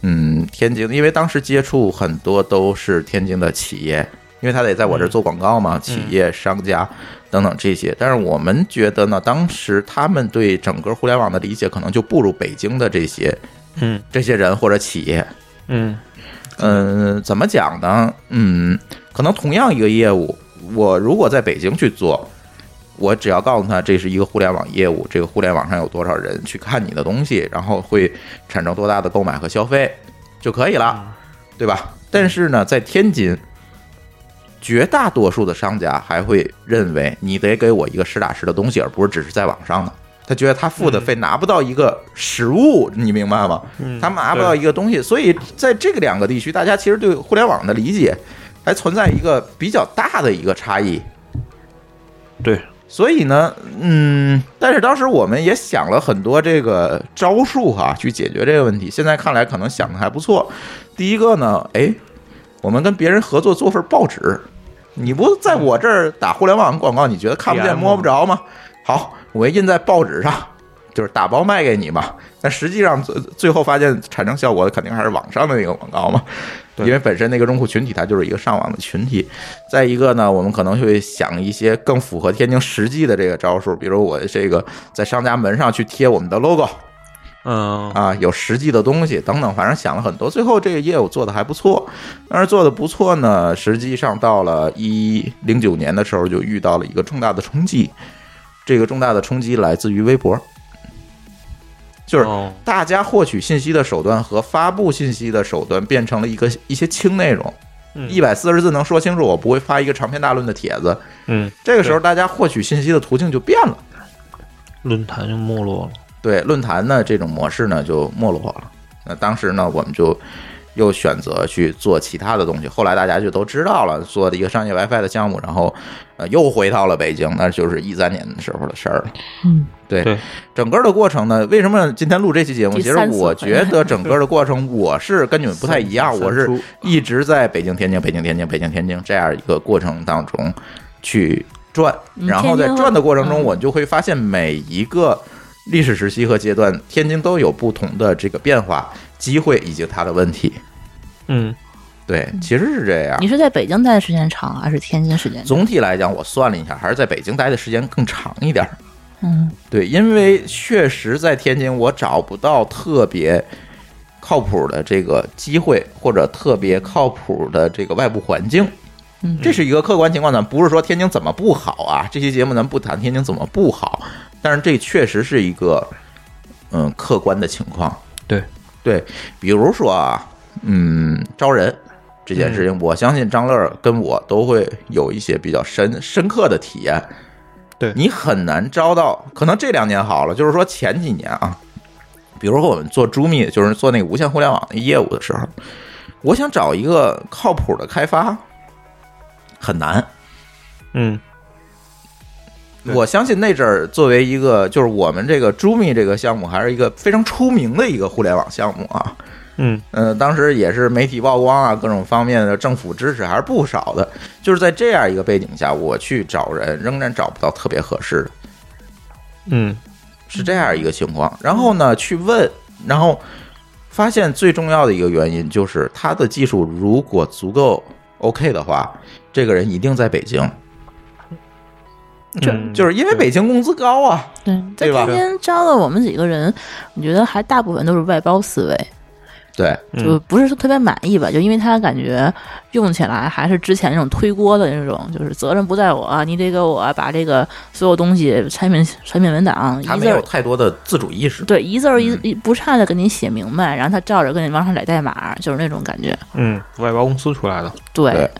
A: 嗯，天津，因为当时接触很多都是天津的企业，因为他得在我这儿做广告嘛，企业、商家等等这些。但是我们觉得呢，当时他们对整个互联网的理解可能就不如北京的这些
C: 嗯
A: 这些人或者企业。
C: 嗯
A: 嗯，怎么讲呢？嗯，可能同样一个业务，我如果在北京去做，我只要告诉他这是一个互联网业务，这个互联网上有多少人去看你的东西，然后会产生多大的购买和消费就可以了，对吧？但是呢，在天津，绝大多数的商家还会认为你得给我一个实打实的东西，而不是只是在网上的。他觉得他付的费拿不到一个实物，你明白吗？
C: 嗯
A: 他们拿不到一个东西，所以在这个两个地区，大家其实对互联网的理解还存在一个比较大的一个差异。
C: 对，
A: 所以呢，嗯，但是当时我们也想了很多这个招数哈、去解决这个问题。现在看来，可能想的还不错。第一个呢，哎，我们跟别人合作做份报纸，你不在我这儿打互联网广告，你觉得看不见
C: DM
A: 摸不着吗？好，我印在报纸上，就是打包卖给你嘛。但实际上最最后发现产生效果的肯定还是网上的那个广告嘛，因为本身那个用户群体它就是一个上网的群体。再一个呢，我们可能会想一些更符合天津实际的这个招数，比如我这个在商家门上去贴我们的 logo
C: 嗯
A: 啊，有实际的东西等等，反正想了很多。最后这个业务做的还不错，但是做的不错呢，实际上到了一零九年的时候就遇到了一个重大的冲击，这个重大的冲击来自于微博，就是
C: 哦
A: 大家获取信息的手段和发布信息的手段变成了一个一些轻内容，
C: 嗯
A: 一百四十字能说清楚，我不会发一个长篇大论的帖子。
C: 嗯，
A: 这个时候，大家获取信息的途径就变了。
C: 论坛就没落了。
A: 对论坛呢，这种模式呢就没落了。那当时呢，我们就又选择去做其他的东西。后来大家就都知道了，做了一个商业 WiFi 的项目，然后呃又回到了北京，那就是一三年的时候的事儿了。
B: 嗯，
A: 对
C: 对
A: 整个的过程呢，为什么今天录这期节目？
B: 第
A: 其实
B: 三次
A: 我
B: 回来
A: 觉得整个的过程，我是跟你们不太一样，
C: 三
A: 我是
C: 出
A: 一直在北京、天津、北京、天津、北京、天津这样一个过程当中去转，
B: 嗯
A: 然后在
B: 天津
A: 转的过程中，
B: 嗯
A: 我就会发现每一个历史时期和阶段，天津都有不同的这个变化、机会以及它的问题。
C: 嗯
A: 对，其实是这样
B: 你。是在北京待的时间长啊还是天津时间长？
A: 总体来讲，我算了一下，还是在北京待的时间更长一点儿。
B: 嗯
A: 对，因为确实在天津，我找不到特别靠谱的这个机会，或者特别靠谱的这个外部环境。
B: 嗯
A: 这是一个客观情况，咱不是说天津怎么不好啊。这期节目咱不谈天津怎么不好，啊但是这确实是一个嗯客观的情况。
C: 对
A: 对，比如说啊，嗯，招人这件事
C: 嗯
A: 情，我相信张乐跟我都会有一些比较深深刻的体验。
C: 对
A: 你很难招到，可能这两年好了，就是说前几年啊，比如说我们做朱密，就是做那个无线互联网的业务的时候，我想找一个靠谱的开发很难。
C: 嗯对
A: 我相信那阵儿作为一个，就是我们这个朱密这个项目，还是一个非常出名的一个互联网项目啊。
C: 嗯
A: 嗯，当时也是媒体曝光啊，各种方面的政府支持还是不少的。就是在这样一个背景下，我去找人仍然找不到特别合适的，
C: 嗯
A: 是这样一个情况。然后呢，去问，然后发现最重要的一个原因就是他的技术如果足够 OK 的话，这个人一定在北京，
C: 嗯，
A: 就是因为北京工资高啊。
B: 对，在
A: 对吧
B: 天津招的我们几个人，我觉得还大部分都是外包思维。
A: 对，
C: 嗯
B: 就不是说特别满意吧，就因为他感觉用起来还是之前那种推锅的那种，就是责任不在我啊，你得给我把这个所有东西产品产品文档一
A: 他没
B: 字
A: 有
B: 儿
A: 太多的自主意识。
B: 对一字儿
A: 嗯
B: 一一不差的给你写明白，然后他照着跟你往上来代码，就是那种感觉。
C: 嗯，外包公司出来的，
B: 对，
A: 对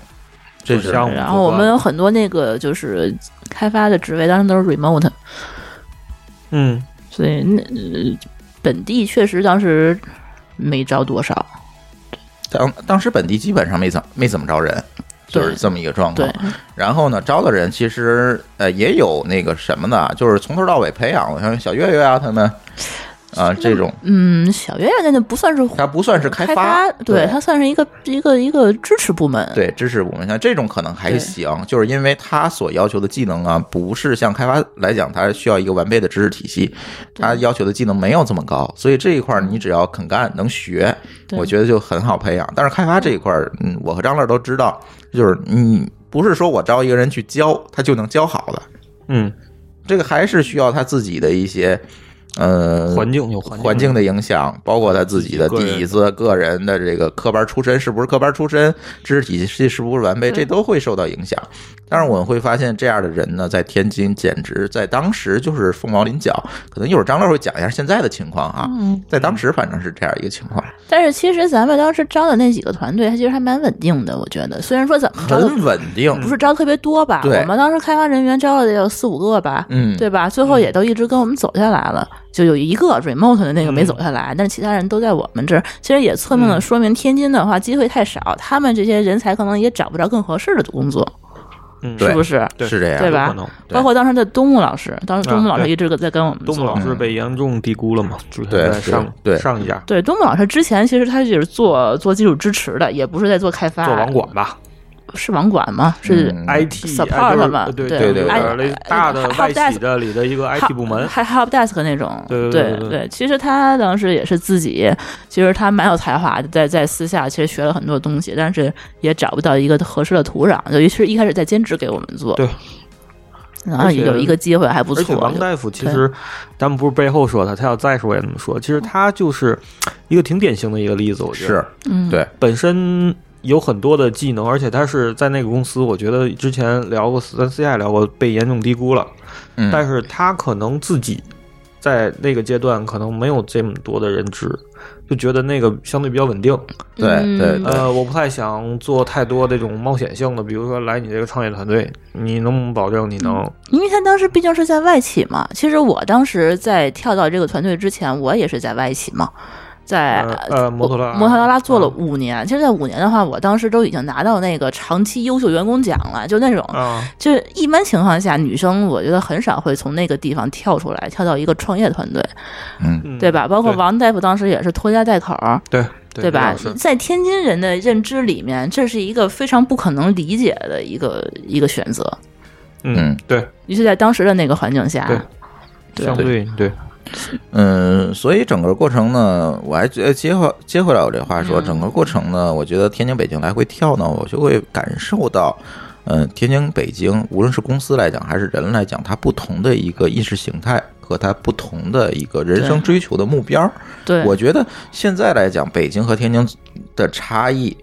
A: 这是
C: 不像我们
B: 然后我
C: 做
B: 们
C: 饭
B: 有很多那个就是开发的职位，当然都是 remote，
C: 嗯
B: 所以那、呃本地确实当时没招多少。
A: 哦当当时本地基本上没怎没怎么招人，
B: 对
A: 就是这么一个状
B: 对
A: 况。，然后呢，招的人其实呃也有那个什么的，就是从头到尾培养，像小岳岳啊他们，啊，这种
B: 嗯，小月亮那就不算是
A: 它不算是开
B: 开
A: 发，
B: 对，它算是一个一个一个支持部门。
A: 对知识部门，像这种可能还
B: 对
A: 行，就是因为它所要求的技能啊，不是像开发来讲，它需要一个完备的知识体系，它要求的技能没有这么高，所以这一块儿你只要肯干能学，
B: 对
A: 我觉得就很好培养。但是开发这一块儿，嗯，我和张乐都知道，就是你不是说我招一个人去教，他就能教好的，
C: 嗯，
A: 这个还是需要他自己的一些。呃，
C: 环境有环
A: 环境的影响，包括他自己的
C: 个人
A: 底子、个人的这个科班出身是不是科班出身，知识体系是不是完备，这都会受到影响。但是我们会发现，这样的人呢，在天津简直在当时就是凤毛麟角。可能一会儿张乐会讲一下现在的情况啊，
B: 嗯
A: 在当时反正是这样一个情况，
B: 但是其实咱们当时招的那几个团队，它其实还蛮稳定的，我觉得。虽然说咱们招的
A: 很稳
C: 嗯
A: 定，
B: 不是招特别多吧，
A: 对
B: 我们当时开发人员招了得有四五个吧，
A: 嗯
B: 对吧？最后也都一直跟我们走下来了，
C: 嗯
B: 就有一个 remote 的那个没走下来，但是其他人都在我们这儿。其实也侧面
C: 嗯
B: 的说明，天津的话机会太少，他们这些人才可能也找不着更合适的工作，
C: 嗯
A: 对
B: 是不是？
C: 对
A: 是这样，
B: 对
C: 有
B: 吧
C: 可能？
A: 对
B: 包括当时的东木老师，当时东木
C: 啊
B: 老师
C: 对
B: 一直在跟我们
C: 东木
B: 做
C: 老师被严重低估了嘛？之前
A: 对
C: 在上
A: 对对
C: 上一家
B: 对，东木老师之前其实他就是做做技术支持的，也不是在做开发，
C: 做网管吧
B: 是网管吗？是
A: 嗯
C: ，IT
B: support
C: 就是
B: 嘛
C: 对
B: 对哎
C: 对，
A: 对对
C: 有点类似大的
B: help
C: 外
B: desk
C: 企的里的一个 IT 部门，
B: 还 help desk 那种，
C: 对
B: 对
C: 对对对
B: 其实他当时也是自己，其实他蛮有才华的，在在私下其实学了很多东西，但是也找不到一个合适的土壤，就尤其是一开始在兼职给我们做，
C: 对，
B: 然后
C: 而且
B: 有一个机会还不
C: 而且
B: 错，
C: 王
B: 就
C: 大夫其实，咱们不是背后说他，他要再说也这么说。其实他就是一个挺典型的一个例子，我觉得
A: 是
B: 嗯，
A: 对，
C: 本身有很多的技能，而且他是在那个公司，我觉得之前聊过，咱私下聊过，被严重低估了。
A: 嗯，
C: 但是他可能自己在那个阶段可能没有这么多的认知，就觉得那个相对比较稳定。
A: 对
B: 嗯
A: 对对，
C: 呃，我不太想做太多这种冒险性的，比如说来你这个创业团队，你能不能保证你能？
B: 因为他当时毕竟是在外企嘛，其实我当时在跳到这个团队之前，我也是在外企嘛，在
C: 呃呃摩托罗拉
B: 摩托罗拉做了
C: 嗯
B: 五年。其实，在五年的话，我当时都已经拿到那个长期优秀员工奖了，就那种，
C: 啊，
B: 就是一般情况下，女生我觉得很少会从那个地方跳出来，跳到一个创业团队，
A: 嗯，
B: 对吧？包括王大夫当时也是拖家带口儿，
C: 对
B: 对吧
C: 是？
B: 在天津人的认知里面，这是一个非常不可能理解的一个一个选择，
C: 嗯
A: 嗯，
C: 对，
B: 尤其在当时的那个环境下。
C: 对相对对，
A: 嗯，所以整个过程呢，我还觉得接回接回来我这话说，
B: 嗯
A: 整个过程呢，我觉得天津北京来回跳呢，我就会感受到，嗯，天津北京无论是公司来讲还是人来讲，它不同的一个意识形态和它不同的一个人生追求的目标。
B: 对，
A: 我觉得现在来讲，北京和天津的差异，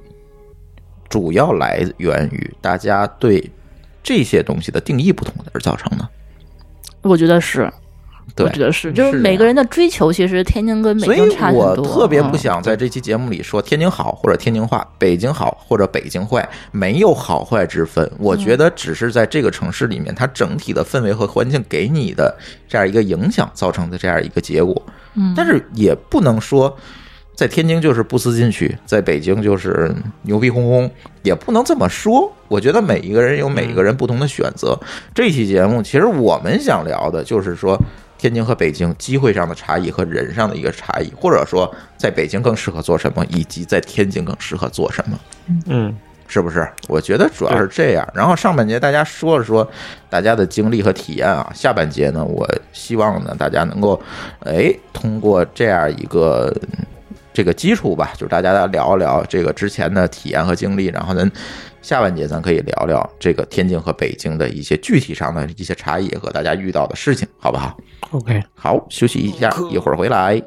A: 主要来源于大家对这些东西的定义不同而造成的。
B: 我觉得是，
A: 对
B: 我觉，得是，就是
A: 是
B: 每
A: 的
B: 个人的追求，其实天津跟北
A: 所以
B: 京差很
A: 我
B: 多。
A: 特别不
B: 嗯
A: 想在这期节目里说天津好或者天津话，北京好或者北京坏，没有好坏之分。
B: 嗯
A: 我觉得只是在这个城市里面，它整体的氛围和环境给你的这样一个影响造成的这样一个结果。
B: 嗯
A: 但是也不能说。在天津就是不思进取，在北京就是牛逼哄哄，也不能这么说。我觉得每一个人有每一个人不同的选择。这期节目其实我们想聊的就是说，天津和北京机会上的差异和人上的一个差异，或者说在北京更适合做什么，以及在天津更适合做什么，
C: 嗯，
A: 是不是？我觉得主要是这样。然后上半节大家说了说大家的经历和体验啊，下半节呢，我希望呢大家能够，哎，通过这样一个。嗯这个基础吧，就是大家聊一聊这个之前的体验和经历，然后咱下半节咱可以聊聊这个天津和北京的一些具体上的一些差异和大家遇到的事情，好不好？
C: OK，
A: 好，休息一下，一会儿回来。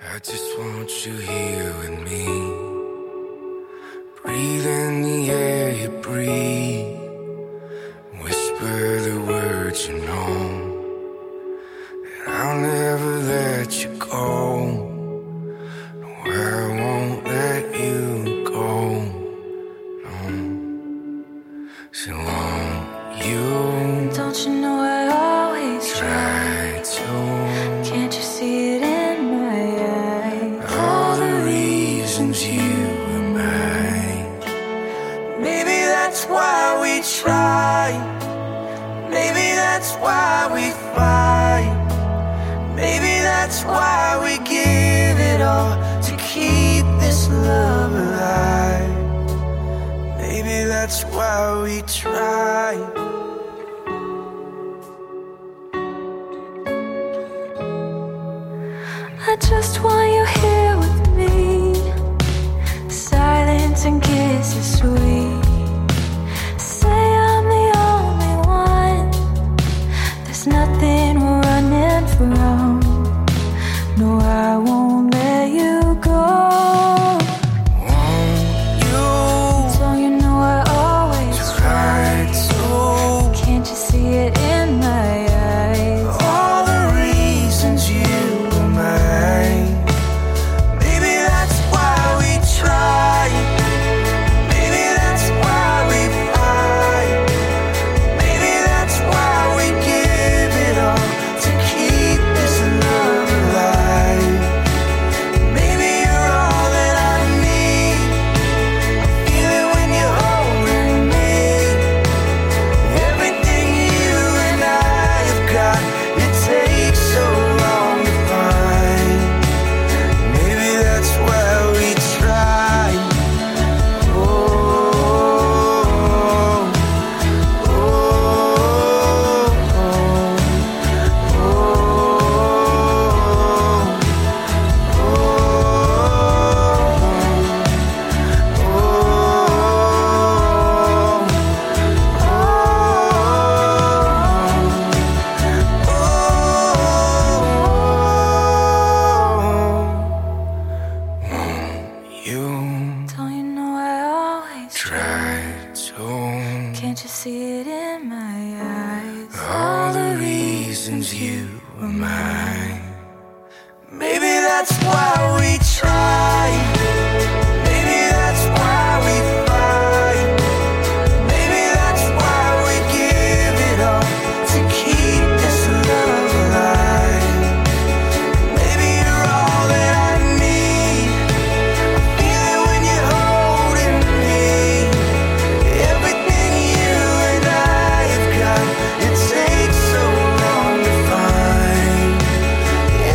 D: I just want you here with me. Breathe in the air you breathe. Whisper the words you know. And I'll never let you go. No, I won't let you go. No. So long you
E: Don't you know I always try?
D: try to.
E: Can't you see it in my eyes?
D: All the reasons you were mine. Maybe that's why we try. Maybe that's why we fight. why we give it all to keep this love alive. Maybe that's why we try.
E: I just want you here with me. Silence and kisses sweet. Say I'm the only one. There's nothing we're running from. No, I won't let you go.
D: You
E: Don't you know I always
D: tried so
E: Can't you see it in my eyes?
D: all the reasons you were mine. Maybe that's why we try. Maybe that's why we fight. Maybe that's why we give it all to keep this love alive. Maybe you're all that I need. I feel it when you're holding me. Everything you and I have got, it takes so long to find. Maybe that's why we try. Oh, oh, oh, oh. You
E: Don't you know I always
D: tried to
E: Can't you see it in my eyes?
D: all the reasons you were mine. Maybe that's why we try. Maybe that's why we fight. Maybe that's why we give it all to keep this love alive. Maybe you're all that I need. I feel it when you're holding me. Everything you and I have got, it takes so long to find.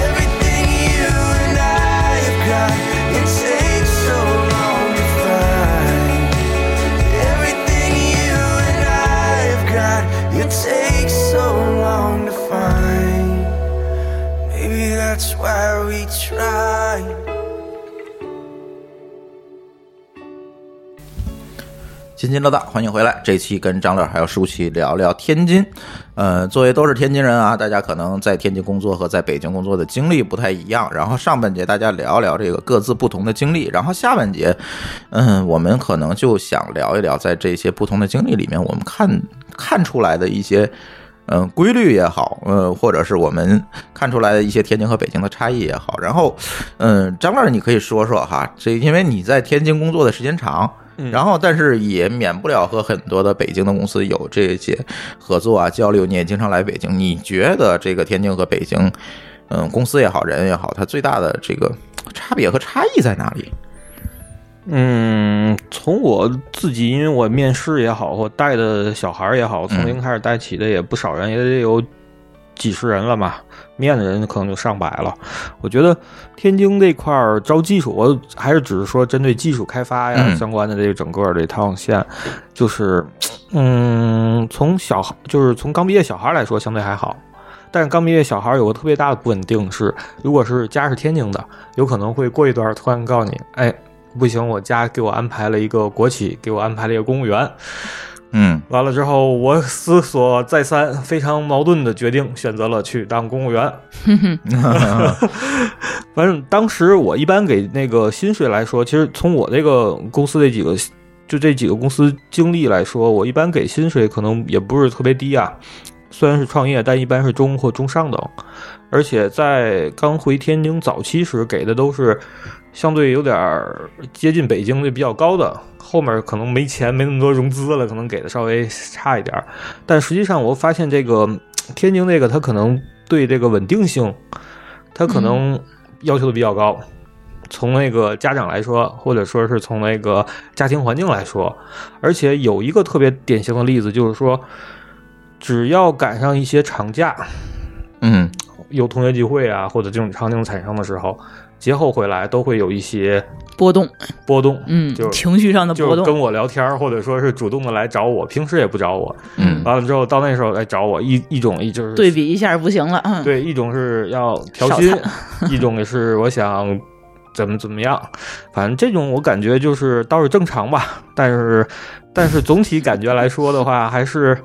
D: Everything you and I have got, it takes so long to find. Everything you and I have got, it takes so long to find. Maybe that's why we try.
A: 津津乐道，欢迎回来。这期跟张乐还有舒淇聊聊天津。呃，作为都是天津人啊，大家可能在天津工作和在北京工作的经历不太一样。然后上半节大家聊一聊这个各自不同的经历，然后下半节，嗯，我们可能就想聊一聊在这些不同的经历里面，我们看看出来的一些。嗯，规律也好，呃，或者是我们看出来的一些天津和北京的差异也好，然后，嗯，张乐，你可以说说哈，这因为你在天津工作的时间长，然后，但是也免不了和很多的北京的公司有这些合作啊、交流。你也经常来北京，你觉得这个天津和北京，嗯，公司也好，人也好，它最大的这个差别和差异在哪里？
C: 嗯，从我自己，因为我面试也好，或带的小孩儿也好，从零开始带起的也不少人，也得有几十人了嘛。面的人可能就上百了。我觉得天津这块儿招技术，我还是只是说针对技术开发呀、
A: 嗯
C: 相关的这个整个这套线，就是嗯，从小孩就是从刚毕业小孩来说，相对还好。但是刚毕业小孩有个特别大的不稳定是，如果是家是天津的，有可能会过一段儿突然告诉你，哎，不行，我家给我安排了一个国企，给我安排了一个公务员。
A: 嗯
C: 完了之后，我思索再三，非常矛盾的决定，选择了去当公务员。
B: 嗯
C: 反正当时我一般给那个薪水来说，其实从我这个公司这几个，就这几个公司经历来说，我一般给薪水可能也不是特别低啊。虽然是创业，但一般是中或中上等，而且在刚回天津早期时给的都是相对有点儿接近北京的比较高的，后面可能没钱没那么多融资了，可能给的稍微差一点儿。但实际上我发现这个嗯天津这个它可能对这个稳定性，它可能要求的比较高。从那个家长来说，或者说是从那个家庭环境来说，而且有一个特别典型的例子，就是说，只要赶上一些长假，
A: 嗯
C: 有同学聚会啊，或者这种场景产生的时候，节后回来都会有一些
B: 波动，
C: 波动，
B: 嗯，
C: 就是
B: 情绪上的
C: 就
B: 波
C: 是跟
B: 动，
C: 我聊天儿，或者说是主动的来找我，平时也不找我，
A: 嗯
C: 完了之后到那时候来找我，一一种一就是
B: [laughs] 对比一下不行了，嗯，
C: 对，一种是要调
B: 少
C: 薪， [laughs] 一种也是我想怎么怎么样，反正这种我感觉就是倒是正常吧，但是但是总体感觉来说的话，还是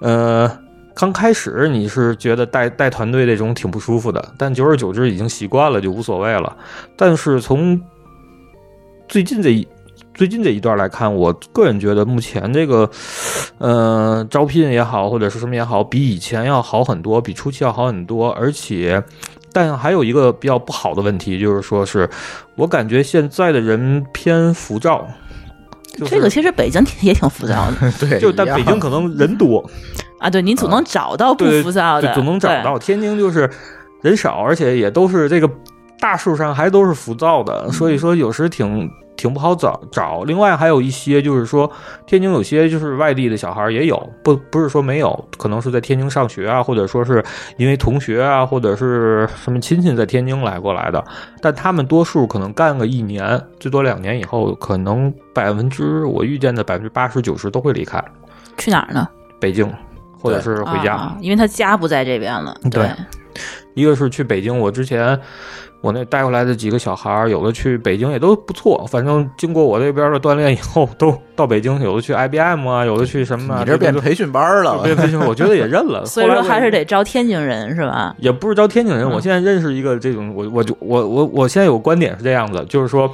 C: 呃刚开始你是觉得带带团队这种挺不舒服的，但久而久之已经习惯了，就无所谓了。但是从最近这一最近这一段来看，我个人觉得目前这个，呃，招聘也好，或者是什么也好，比以前要好很多，比初期要好很多。而且，但还有一个比较不好的问题，就是说是我感觉现在的人偏浮躁。就是、
B: 这个其实北京也挺浮躁
A: [laughs]
B: 的
A: 对，
C: 就
A: 一
C: 但
A: 样
C: 北京可能人多，
B: 啊，对你总能找到不
C: 对
B: 浮躁的，
C: 就总能找
B: 啊对
C: 到。天津就是人少，而且也都是这个大树上还都是浮躁的，
B: 嗯
C: 所以说有时挺挺不好找找。另外还有一些就是说，天津有些就是外地的小孩儿也有，不不是说没有，可能是在天津上学啊，或者说是因为同学啊，或者是什么亲戚在天津来过来的，但他们多数可能干个一年，最多两年以后，可能百分之我遇见的百分之八十九十都会离开
B: 去哪儿呢？
C: 北京，或者是回家。
B: 啊，因为他家不在这边了。
C: 对一个是去北京，我之前我那带回来的几个小孩儿，有的去北京也都不错，反正经过我这边的锻炼以后，都到北京，有的去 IBM 啊，有的去什么啊、
A: 你这变培训班儿
C: 就
A: 了，嗯
C: 变培训，我觉得也认了。
B: [laughs] 所以说
C: 后来我
B: 还是得招天津人是吧？
C: 也不是招天津人，
B: 嗯
C: 我现在认识一个这种，我我就我我我现在有观点是这样子，就是说，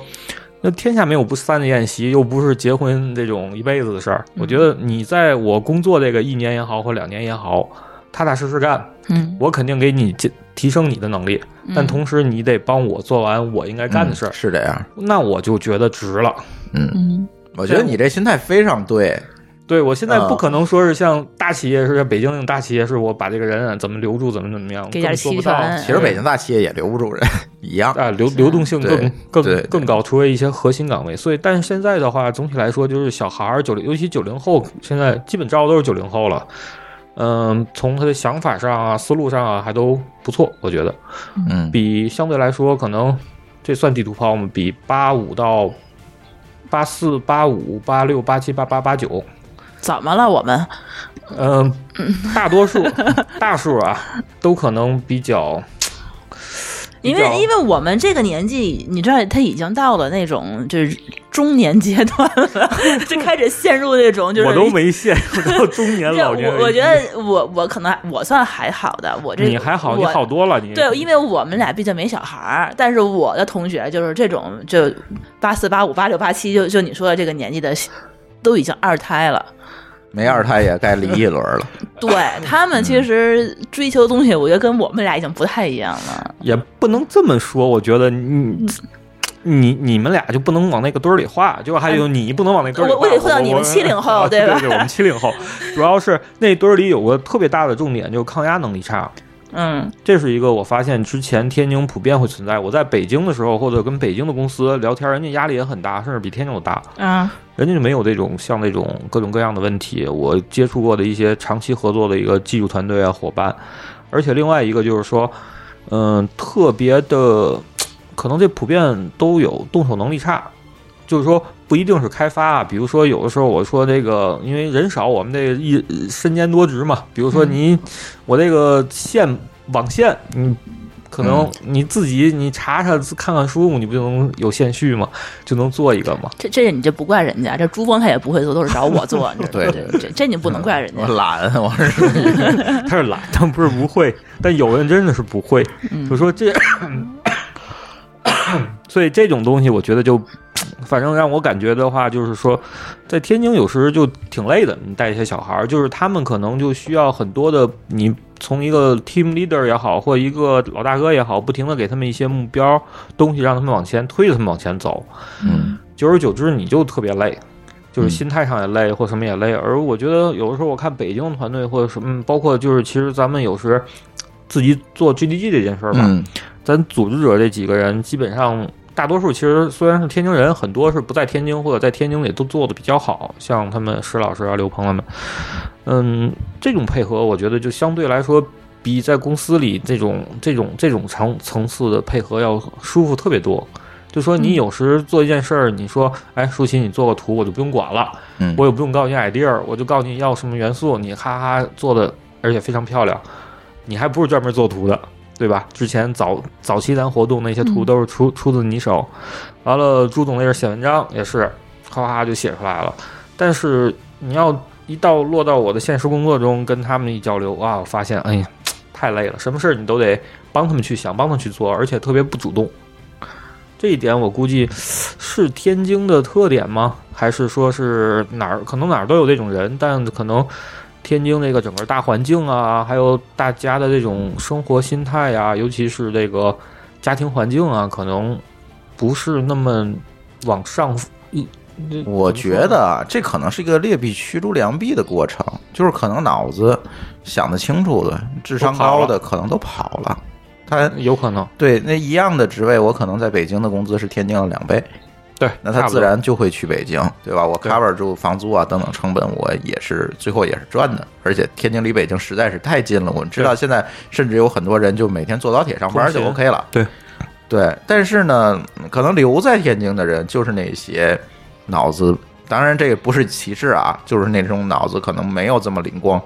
C: 那天下没有不散的宴席，又不是结婚这种一辈子的事儿。
B: 嗯
C: 我觉得你在我工作这个一年也好，或两年也好，踏踏实实干，
B: 嗯，
C: 我肯定给你提提升你的能力，但
B: 嗯
C: 同时你得帮我做完我应该干的事儿
A: 嗯，是这样。
C: 那我就觉得值了。
A: 嗯，
B: 嗯，
A: 我觉得你这心态非常对，
C: 哎对我现在
A: 啊
C: 不可能说是像大企业似的，北京那种大企业是我把这个人啊怎么留住，怎么怎么样，
B: 给点
C: 根本做不到
B: 期权
A: 其实北京大企业也留不住人，一样。
C: 啊，流流动性更
A: 对
C: 更
A: 对
C: 更高，除非一些核心岗位。所以，但是现在的话，总体来说，就是小孩儿九零，尤其九零后，现在基本招都是九零后了。嗯，从他的想法上啊、思路上啊，还都不错，我觉得
A: 嗯，
C: 比相对来说，可能这算地图炮吗？比八五到八四、八五、八六、八七、八八、八九，
B: 怎么了我们？
C: 嗯，大多数大数啊，都可能比较。
B: 因为
C: 比较
B: 因为我们这个年纪，你知道他已经到了那种就是中年阶段了， [laughs] 就开始陷入那种就是
C: 我都没陷入到中年
B: 这
C: 老年危机。
B: 我我觉得我我可能还我算还好的，我这
C: 你还好，你
B: 我
C: 好多了，你
B: 对，因为我们俩毕竟没小孩儿，但是我的同学就是这种，就八四、八五、八六、八七，就就你说的这个年纪的，都已经二胎了。
A: 没二胎也该离一轮了。
B: 对他们其实追求的东西，我觉得跟我们俩已经不太一样了。
C: 也不能这么说，我觉得你。
B: 嗯
C: 你你们俩就不能往那个堆儿里划，就还有你不能往那堆儿里
B: 嗯我
C: 划。
B: 我得混到你们
C: 我
B: 70后
C: 对
B: 对吧
C: 对，我们七零后，主要是那堆儿里有个特别大的重点，就是抗压能力差。
B: 嗯
C: 这是一个我发现之前天津普遍会存在。我在北京的时候，或者跟北京的公司聊天，人家压力也很大，甚至比天津都大。
B: 嗯
C: 人家就没有这种像那种各种各样的问题。我接触过的一些长期合作的一个技术团队啊伙伴，而且另外一个就是说，嗯、特别的，可能这普遍都有动手能力差，就是说不一定是开发啊，比如说有的时候我说这个，因为人少，我们这一身兼多职嘛，比如说你、我这个线网线你。可能你自己你查查看看书，你不就能有线序吗？就能做一个吗？
B: 这这你就不怪人家，这珠峰他也不会做，都是找我做。你知道
A: [laughs]
B: 吗
A: 对
B: 这这你不能怪人
A: 我
B: 家。
A: 懒，我是
C: 他是懒，但不是不会。但有人真的是不会，
B: 嗯
C: 就说这，所以这种东西，我觉得就，反正让我感觉的话，就是说，在天津有时就挺累的。你带一些小孩儿，就是他们可能就需要很多的你。从一个 team leader 也好，或一个老大哥也好，不停的给他们一些目标东西，让他们往前推，他们往前走。
A: 嗯
C: 久而久之你就特别累，就是
A: 嗯
C: 心态上也累，或什么也累。而我觉得有的时候我看北京团队或者什么，嗯包括就是其实咱们有时自己做 GDG 这件事儿吧，
A: 嗯
C: 咱组织者这几个人基本上。大多数其实虽然是天津人，很多是不在天津或者在天津也都做的比较好，像他们石老师啊、刘鹏他们，嗯，这种配合我觉得就相对来说比在公司里这种这种这种层层次的配合要舒服特别多。就说你有时做一件事儿，你说，哎，舒淇，你做个图，我就不用管了，
A: 嗯
C: 我也不用告诉你 idea，我就告诉你要什么元素，你哈哈做的，而且非常漂亮，你还不是专门做图的，对吧？之前早早期咱活动那些图
B: 嗯
C: 都是出、出自你手，完了朱总那边写文章也是，哗哗就写出来了，但是你要一到落到我的现实工作中，跟他们一交流啊，我发现，哎呀，太累了，什么事儿你都得帮他们去想，帮他们去做，而且特别不主动。这一点我估计是天津的特点吗？还是说是哪儿？可能哪儿都有这种人，但可能天津这个整个大环境啊，还有大家的这种生活心态呀、尤其是这个家庭环境啊，可能不是那么往上一。这
A: 我
C: 怎么说
A: 觉
C: 呢
A: 得啊这可能是一个劣币驱逐良币的过程，就是可能脑子想得清楚的、智商高的可能都跑了。他
C: 有可能，
A: 对那一样的职位，我可能在北京的工资是天津的两倍，
C: 对，
A: 那他
C: 差不
A: 自
C: 多
A: 然就会去北京，对吧？我
C: 对
A: cover 住房租啊等等成本，我也是最后也是赚的。而且天津离北京实在是太近了，我们知道现在甚至有很多人就每天坐高铁上班就
C: 通勤
A: OK 了。
C: 对，
A: 对。但是呢，可能留在天津的人就是那些脑子，当然这个不是歧视啊，就是那种脑子可能没有这么灵光，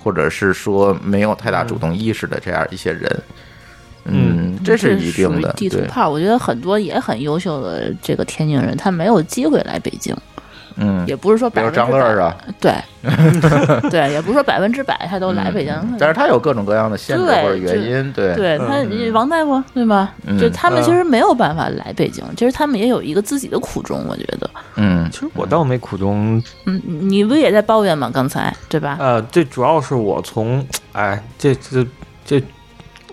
A: 或者是说没有太
C: 嗯
A: 大主动意识的这样一些人。嗯，这是一
B: 属
A: 定
B: 于
A: 的。
B: 地图
A: 对，
B: 炮，我觉得很多也很优秀的这个天津人，他没有机会来北京，
A: 嗯，
B: 也不是说
A: 比
B: 百
A: 如
B: 分之
A: 张乐儿
B: 百，
A: 啊，
B: 对，对， [laughs] 也不是说百分之百他都来北京。
A: 嗯但是他有各种各样的限制
B: 嗯对
A: 或者原因，对
B: 对他，你王大夫对吧？
A: 嗯
B: 就他
C: 嗯
B: 们其实没有办法来北京，其实他们也有一个自己的苦衷，我觉得。
A: 嗯
C: 其实我倒没苦衷，
B: 嗯，你不也在抱怨吗？刚才对吧？
C: 呃，这主要是我从，哎，这这这，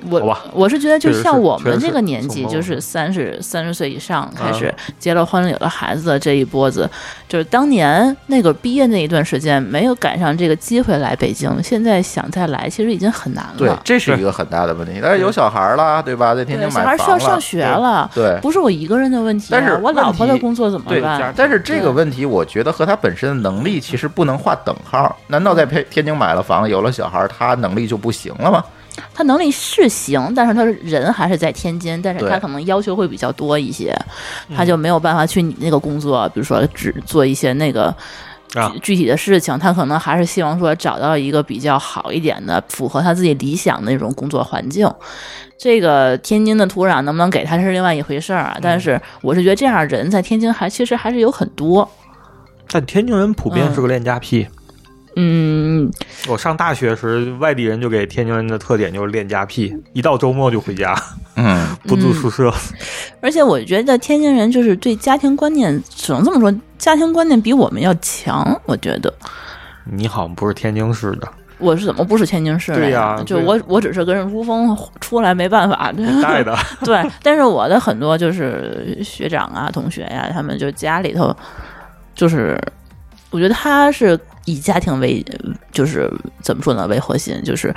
C: 好
B: 我
C: 吧
B: 我是觉得，就
C: 确实
B: 像
C: 是
B: 我
C: 确
B: 们
C: 实
B: 这
C: 是
B: 个年纪，
C: 从头
B: 就是三十三十岁以
A: 嗯
B: 上开
C: 啊
B: 始结了婚、有了孩子的这一波子，就是当年那个毕业那一段时间没有赶上这个机会来北京，现在想再来其实已经很难
A: 对
B: 了，。
A: 这是一个很大的问题。但是有小孩儿啦，对吧？在天津
B: 小
A: 买
B: 孩需要
A: 房
B: 上
A: 了，
B: 学了，
A: 对。
B: 不是我一个人的问题啊、
A: 但是
B: 我老婆
A: 问
B: 的
A: 题
B: 工作怎么
A: 对
B: 办？
A: 但是这个问题，我觉得和他本身的能力其实不能划等号。难道在天天津买了房，有了小孩儿，他能力就不行了吗？
B: 他能力是行，但是他人还是在天津，但是
A: 对
B: 他可能要求会比较多一些，他就没有办法去你那个工作，比如说只做一些那个。
C: 啊
B: 具具体的事情，他可能还是希望说找到一个比较好一点的、符合他自己理想的那种工作环境。这个天津的土壤能不能给他是另外一回事儿啊，但是我是觉得这样的人在天津还其实还是有很多。
C: 但天津人普遍是个恋家癖。
B: 嗯，
C: 我上大学时，外地人就给天津人的特点就是恋家癖，一到周末就回家，
A: 嗯，
C: 不住宿舍。
B: 而且我觉得天津人就是对家庭观念，只能这么说，家庭观念比我们要强。我觉得
C: [laughs] 你好像不是天津市的，
B: 我是怎么不是天津市的
C: 对
B: 呀？
C: 呀
B: 就
C: 对
B: 我我只是跟人珠峰出来，没办
C: [laughs]
B: 法。对
C: 带的。
B: 对，但是我的很多就是学长啊、同学呀、他们就家里头，就是我觉得他是以家庭为，就是怎么说呢，为核心，就是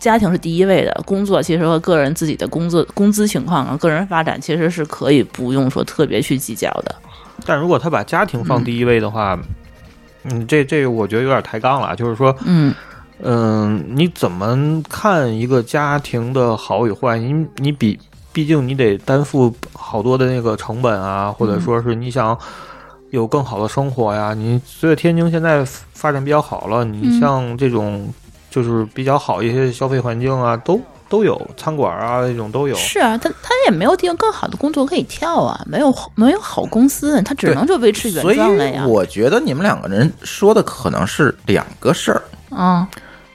B: 家庭是第一位的，工作其实和个人自己的工作、工资情况啊、个人发展其实是可以不用说特别去计较的。
C: 但如果他把家庭放第一位的话，嗯，这这我觉得有点抬杠了。啊就是说，
B: 嗯
C: 嗯，你怎么看一个家庭的好与坏？你你比，毕竟你得担负好多的那个成本
A: 嗯
C: 啊，或者说是你想有更好的生活呀。你随着天津现在发展比较好了，你
B: 嗯
C: 像这种就是比较好一些消费环境啊，都都有餐馆啊那种都有。
B: 是啊，他他也没有地方更好的工作可以跳啊，没有没有好公司，他只
A: 对
B: 能就维持原
A: 所以
B: 状了呀。
A: 我觉得你们两个人说的可能是两个事儿。
B: 啊，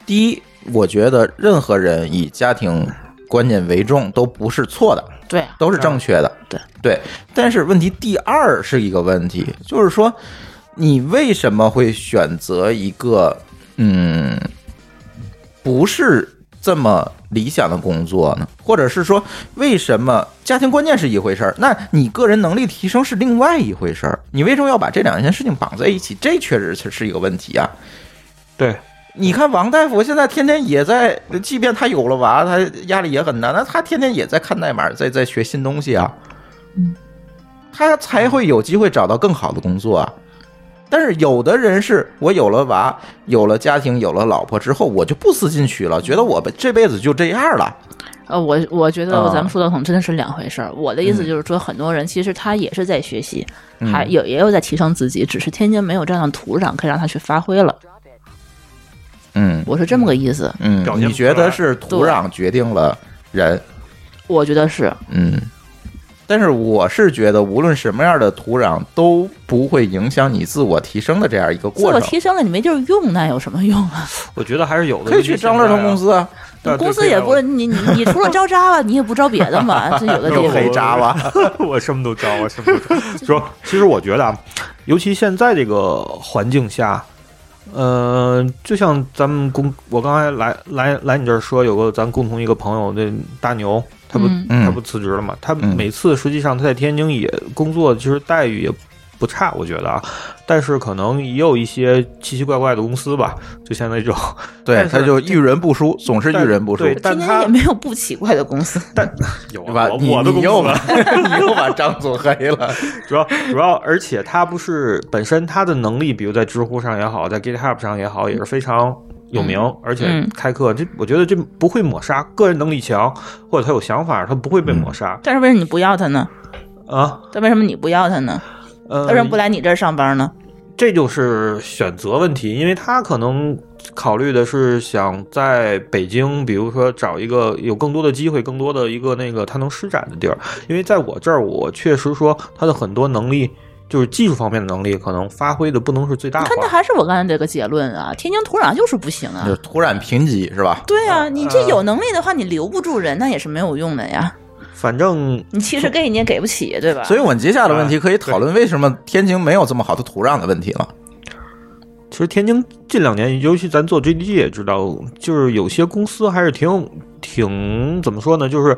A: 第一，我觉得任何人以家庭观念为重都不是错的，
B: 对啊，
A: 都是正确的。
B: 对
A: 对，但是问题第二是一个问题，就是说你为什么会选择一个嗯不是这么理想的工作呢？或者是说，为什么家庭观念是一回事儿，那你个人能力提升是另外一回事儿？你为什么要把这两件事情绑在一起？这确实是是一个问题啊。
C: 对，
A: 你看王大夫现在天天也在，即便他有了娃，他压力也很大，那他天天也在看代码，在在学新
B: 嗯
A: 东西啊，他才会有机会找到更好的工作啊。但是有的人是我有了娃，有了家庭，有了老婆之后，我就不思进取了，觉得我这辈子就这样了。
B: 呃，我我觉得
A: 啊
B: 咱们说到桶真的是两回事儿。我的意
A: 嗯
B: 思就是说，很多人其实他也是在学习，还有也有在提升自己，只是天津没有这样的土壤可以让他去发挥了。
A: 嗯
B: 我是这么个意思，
A: 嗯
C: 表，现不
A: 你觉
C: 出
A: 得
C: 来
A: 是土壤决定了人？
B: 我觉得是
A: 嗯，但是我是觉得，无论什么样的土壤都不会影响你自我提升的这样一个
B: 自
A: 过
B: 我
A: 程。啊
B: 提升了，你没地儿用，那有什么用啊？
C: 我觉得还是有的。
A: 可以去张乐成公
C: 司，
A: 司 [laughs] 啊，
C: 对
B: 公司也不是，你你你除了招渣吧，你也不招别
A: [laughs]
B: 的嘛，这有的地
A: 又
B: 方
A: 黑渣了。
C: [laughs] 我什么都招，我什么都招。说，其实我觉得啊，尤其现在这个环境下，呃，就像咱们共，我刚才来来来你这儿说，有个咱共同一个朋友，那大牛，他不、
B: 嗯
A: 嗯
C: 他不辞职了嘛？他
A: 嗯
C: 每次实际上他在天津也工作，其实待遇也不差，我觉得啊。但是可能也有一些奇奇怪怪的公司吧，就像那种，
A: [laughs] 对，
C: 但是
A: 他就遇人不淑，总是遇
C: 但
A: 人不淑。
C: 对，
B: 天
C: 但
B: 津
C: 他
B: 也没有不奇怪的公司。
C: 有
A: 对吧
C: [laughs] 啊？我
A: 你
C: 我的
A: 你
C: 公
A: 又
C: 司
A: 把 [laughs] 你又把张总黑
C: [laughs]
A: 了，
C: 主要主要，而且他不是本身他的能力，比如在知乎上也好，在 GitHub 上也好，也是非常有名，而且
B: 嗯
C: 开课这我觉得这不会抹杀，个人能力强或者他有想法，他不会被抹杀
B: 但是为什么你不要他呢？
C: 啊。
B: 但为什么你不要他呢？
C: 呃，
B: 为什么不来你这儿上班呢？
C: 这就是选择问题，因为他可能考虑的是想在北京，比如说找一个有更多的机会、更多的一个那个他能施展的地儿。因为在我这儿，我确实说他的很多能力，就是技术方面的能力，可能发挥的不能是最大
B: 你
C: 化。
B: 看，那还是我刚才这个结论啊，天津土壤就是不行啊
A: 就。土壤贫瘠是吧？
B: 对啊，你这
C: 呃
B: 有能力的话，你留不住人，那也是没有用的呀。
C: 反正
B: 你其实给你也给不起，对吧？
A: 所以，我们接下来的
C: 啊
A: 问题可以讨论为什么天津没有这么好的土壤的问题了。
C: 其实天津近两年，尤其咱做 GDG 也知道，就是有些公司还是挺有挺怎么说呢，就是，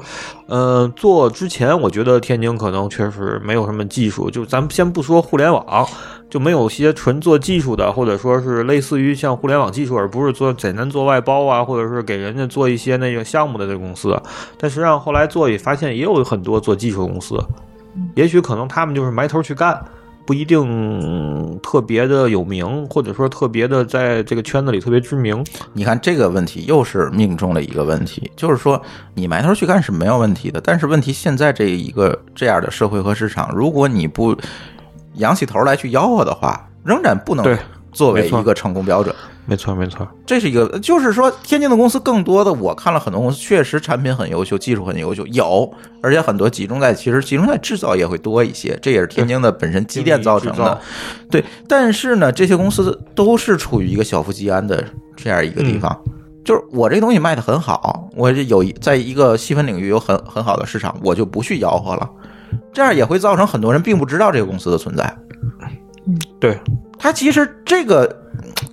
C: 呃，做之前我觉得天津可能确实没有什么技术，就咱们先不说互联网，就没有些纯做技术的，或者说是类似于像互联网技术，而不是做简单做外包啊，或者是给人家做一些那个项目的这个公司。但实际上后来做也发现也有很多做技术的公司，也许可能他们就是埋头去干，不一定特别的有名，或者说特别的在这个圈子里特别知名。
A: 你看这个问题又是命中了一个问题，就是说你埋头去干是没有问题的，但是问题现在这一个这样的社会和市场，如果你不仰起头来去吆喝的话，仍然不能
C: 对
A: 作为
C: 没错
A: 一个成功标准。
C: 没错，没错，
A: 这是一个，就是说，天津的公司更多的，我看了很多公司，确实产品很优秀，技术很优秀，有，而且很多集中在，其实集中在制造业会多一些，这也是天津的本身积淀造
C: 精
A: 成
C: 益制
A: 的
C: 造。
A: 对，但是呢，这些公司都是处于一个小富即安的这样一个地方。
C: 嗯
A: 就是我这东西卖的很好，我这有一在一个细分领域有很很好的市场，我就不去吆喝了，这样也会造成很多人并不知道这个公司的存在。
C: 对，
A: 他其实这个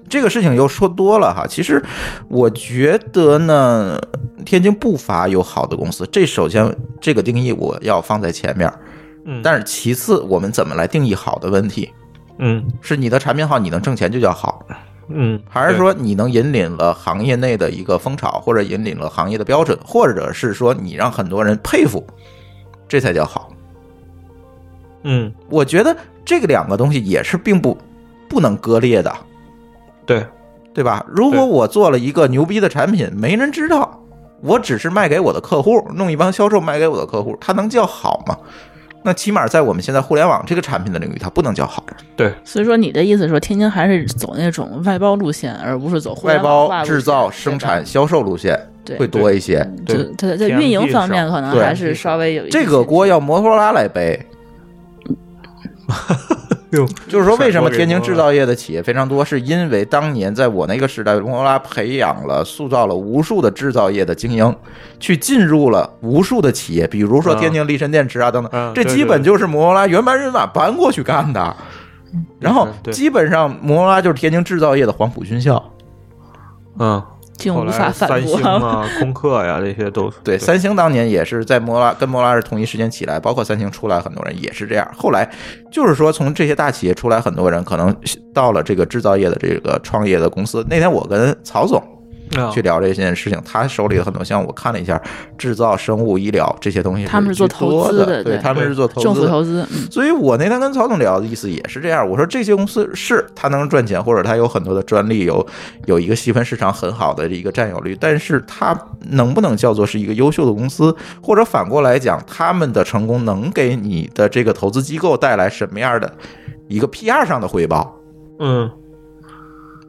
A: 这个事情又说多了哈。其实我觉得呢，天津不乏有好的公司，这首先这个定义我要放在前面儿。
C: 嗯
A: 但是其次，我们怎么来定义好的问题？
C: 嗯
A: 是你的产品好，你能挣钱就叫好，
C: 嗯，
A: 还是说你能引领了行业内的一个风潮，或者引领了行业的标准，或者是说你让很多人佩服，这才叫好。
C: 对嗯
A: 我觉得这个两个东西也是并不不能割裂的。
C: 对，
A: 对吧？如果
C: 对
A: 我做了一个牛逼的产品，没人知道，我只是卖给我的客户，弄一帮销售卖给我的客户，它能叫好吗？那起码在我们现在互联网这个产品的领域，它不能叫好。
B: 所以说你的意思说，天津还是走那种外包路线，而不是走互
A: 外
B: 联网化
A: 包、
B: 路线嗯
A: 制造、生产、销售路线
B: 对吧
A: 会
B: 对，
A: 多一些。
C: 对
B: 就它在
C: 天然
B: 运营
C: 地
B: 方面
C: 少
B: 可能
A: 对
B: 还是稍微有一些
A: 这个锅要摩托罗拉来背。
C: [laughs] 哟，
A: 就是说，为什么天津制造业的企业非常多，是因为当年在我那个时代，摩托罗拉培养了、塑造了无数的制造业的精英，去进入了无数的企业，比如说
C: 嗯
A: 天津力申电池啊等
C: 嗯
A: 等，这
C: 对
A: 基本就是摩托罗拉原班人马搬过去干的。然后
C: 是对
A: 基本上摩托罗拉就是天津制造业的黄埔军校，
C: 嗯，
B: 竟
C: 后
B: 无
C: 来
B: 法反
C: 三
B: 驳
C: 星。啊、 [laughs] 空客呀、这些都是
A: 对，三星当年也是在摩托拉跟摩托拉是同一时间起来，包括三星出来，很多人也是这样。后来就是说，从这些大企业出来，很多人可能到了这个制造业的这个创业的公司。那天我跟曹总
B: 哦
C: 啊
A: 去聊这件事情。他手里有很多项目，我看了一下，制造、生物、医疗这些东西，
B: 他们是做投资的
A: 的，对
B: 对
A: 他们是做投
B: [laughs] 政
A: 资
B: 府
A: 的。
B: 投资，嗯，
A: 所以我那天跟曹总聊的意思也是这样，我说这些公司是它能赚钱，或者它有很多的专利，有有一个细分市场很好的一个占有率，但是它能不能叫做是一个优秀的公司，或者反过来讲，他们的成功能给你的这个投资机构带来什么样的一个 PR 上的回报？
C: 嗯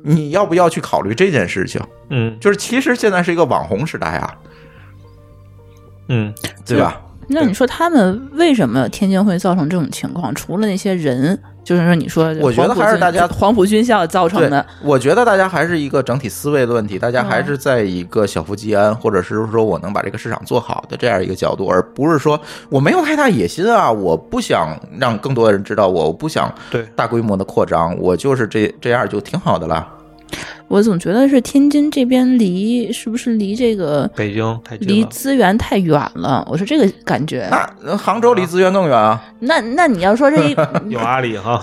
A: 你要不要去考虑这件事情？
C: 嗯
A: 就是其实现在是一个网红时代啊，
C: 嗯，
A: 对吧？
B: 那你说他们为什么天津会造成这种情况？除了那些人，就是说你说
A: 我觉得
B: 黄埔
A: 还是
B: 军
A: 大家
B: [laughs] 黄埔军校造成
A: 对，
B: 的，
A: 我觉得大家还是一个整体思维的问题，大家还是在一个小富即安，或者是说我能把这个市场做好的这样一个角度，而不是说我没有太大野心啊，我不想让更多的人知道我，我不想
C: 对
A: 大规模的扩张，我就是这这样就挺好的啦。
B: 我总觉得是天津这边离是不是离这个
C: 北京太近
B: 离
C: 了，
B: 资源太远了？我是这个感觉。
A: 那呃杭州离资源更远啊，
B: 那那你要说这
A: [laughs]
B: 一
C: 有阿里 [laughs] 哈，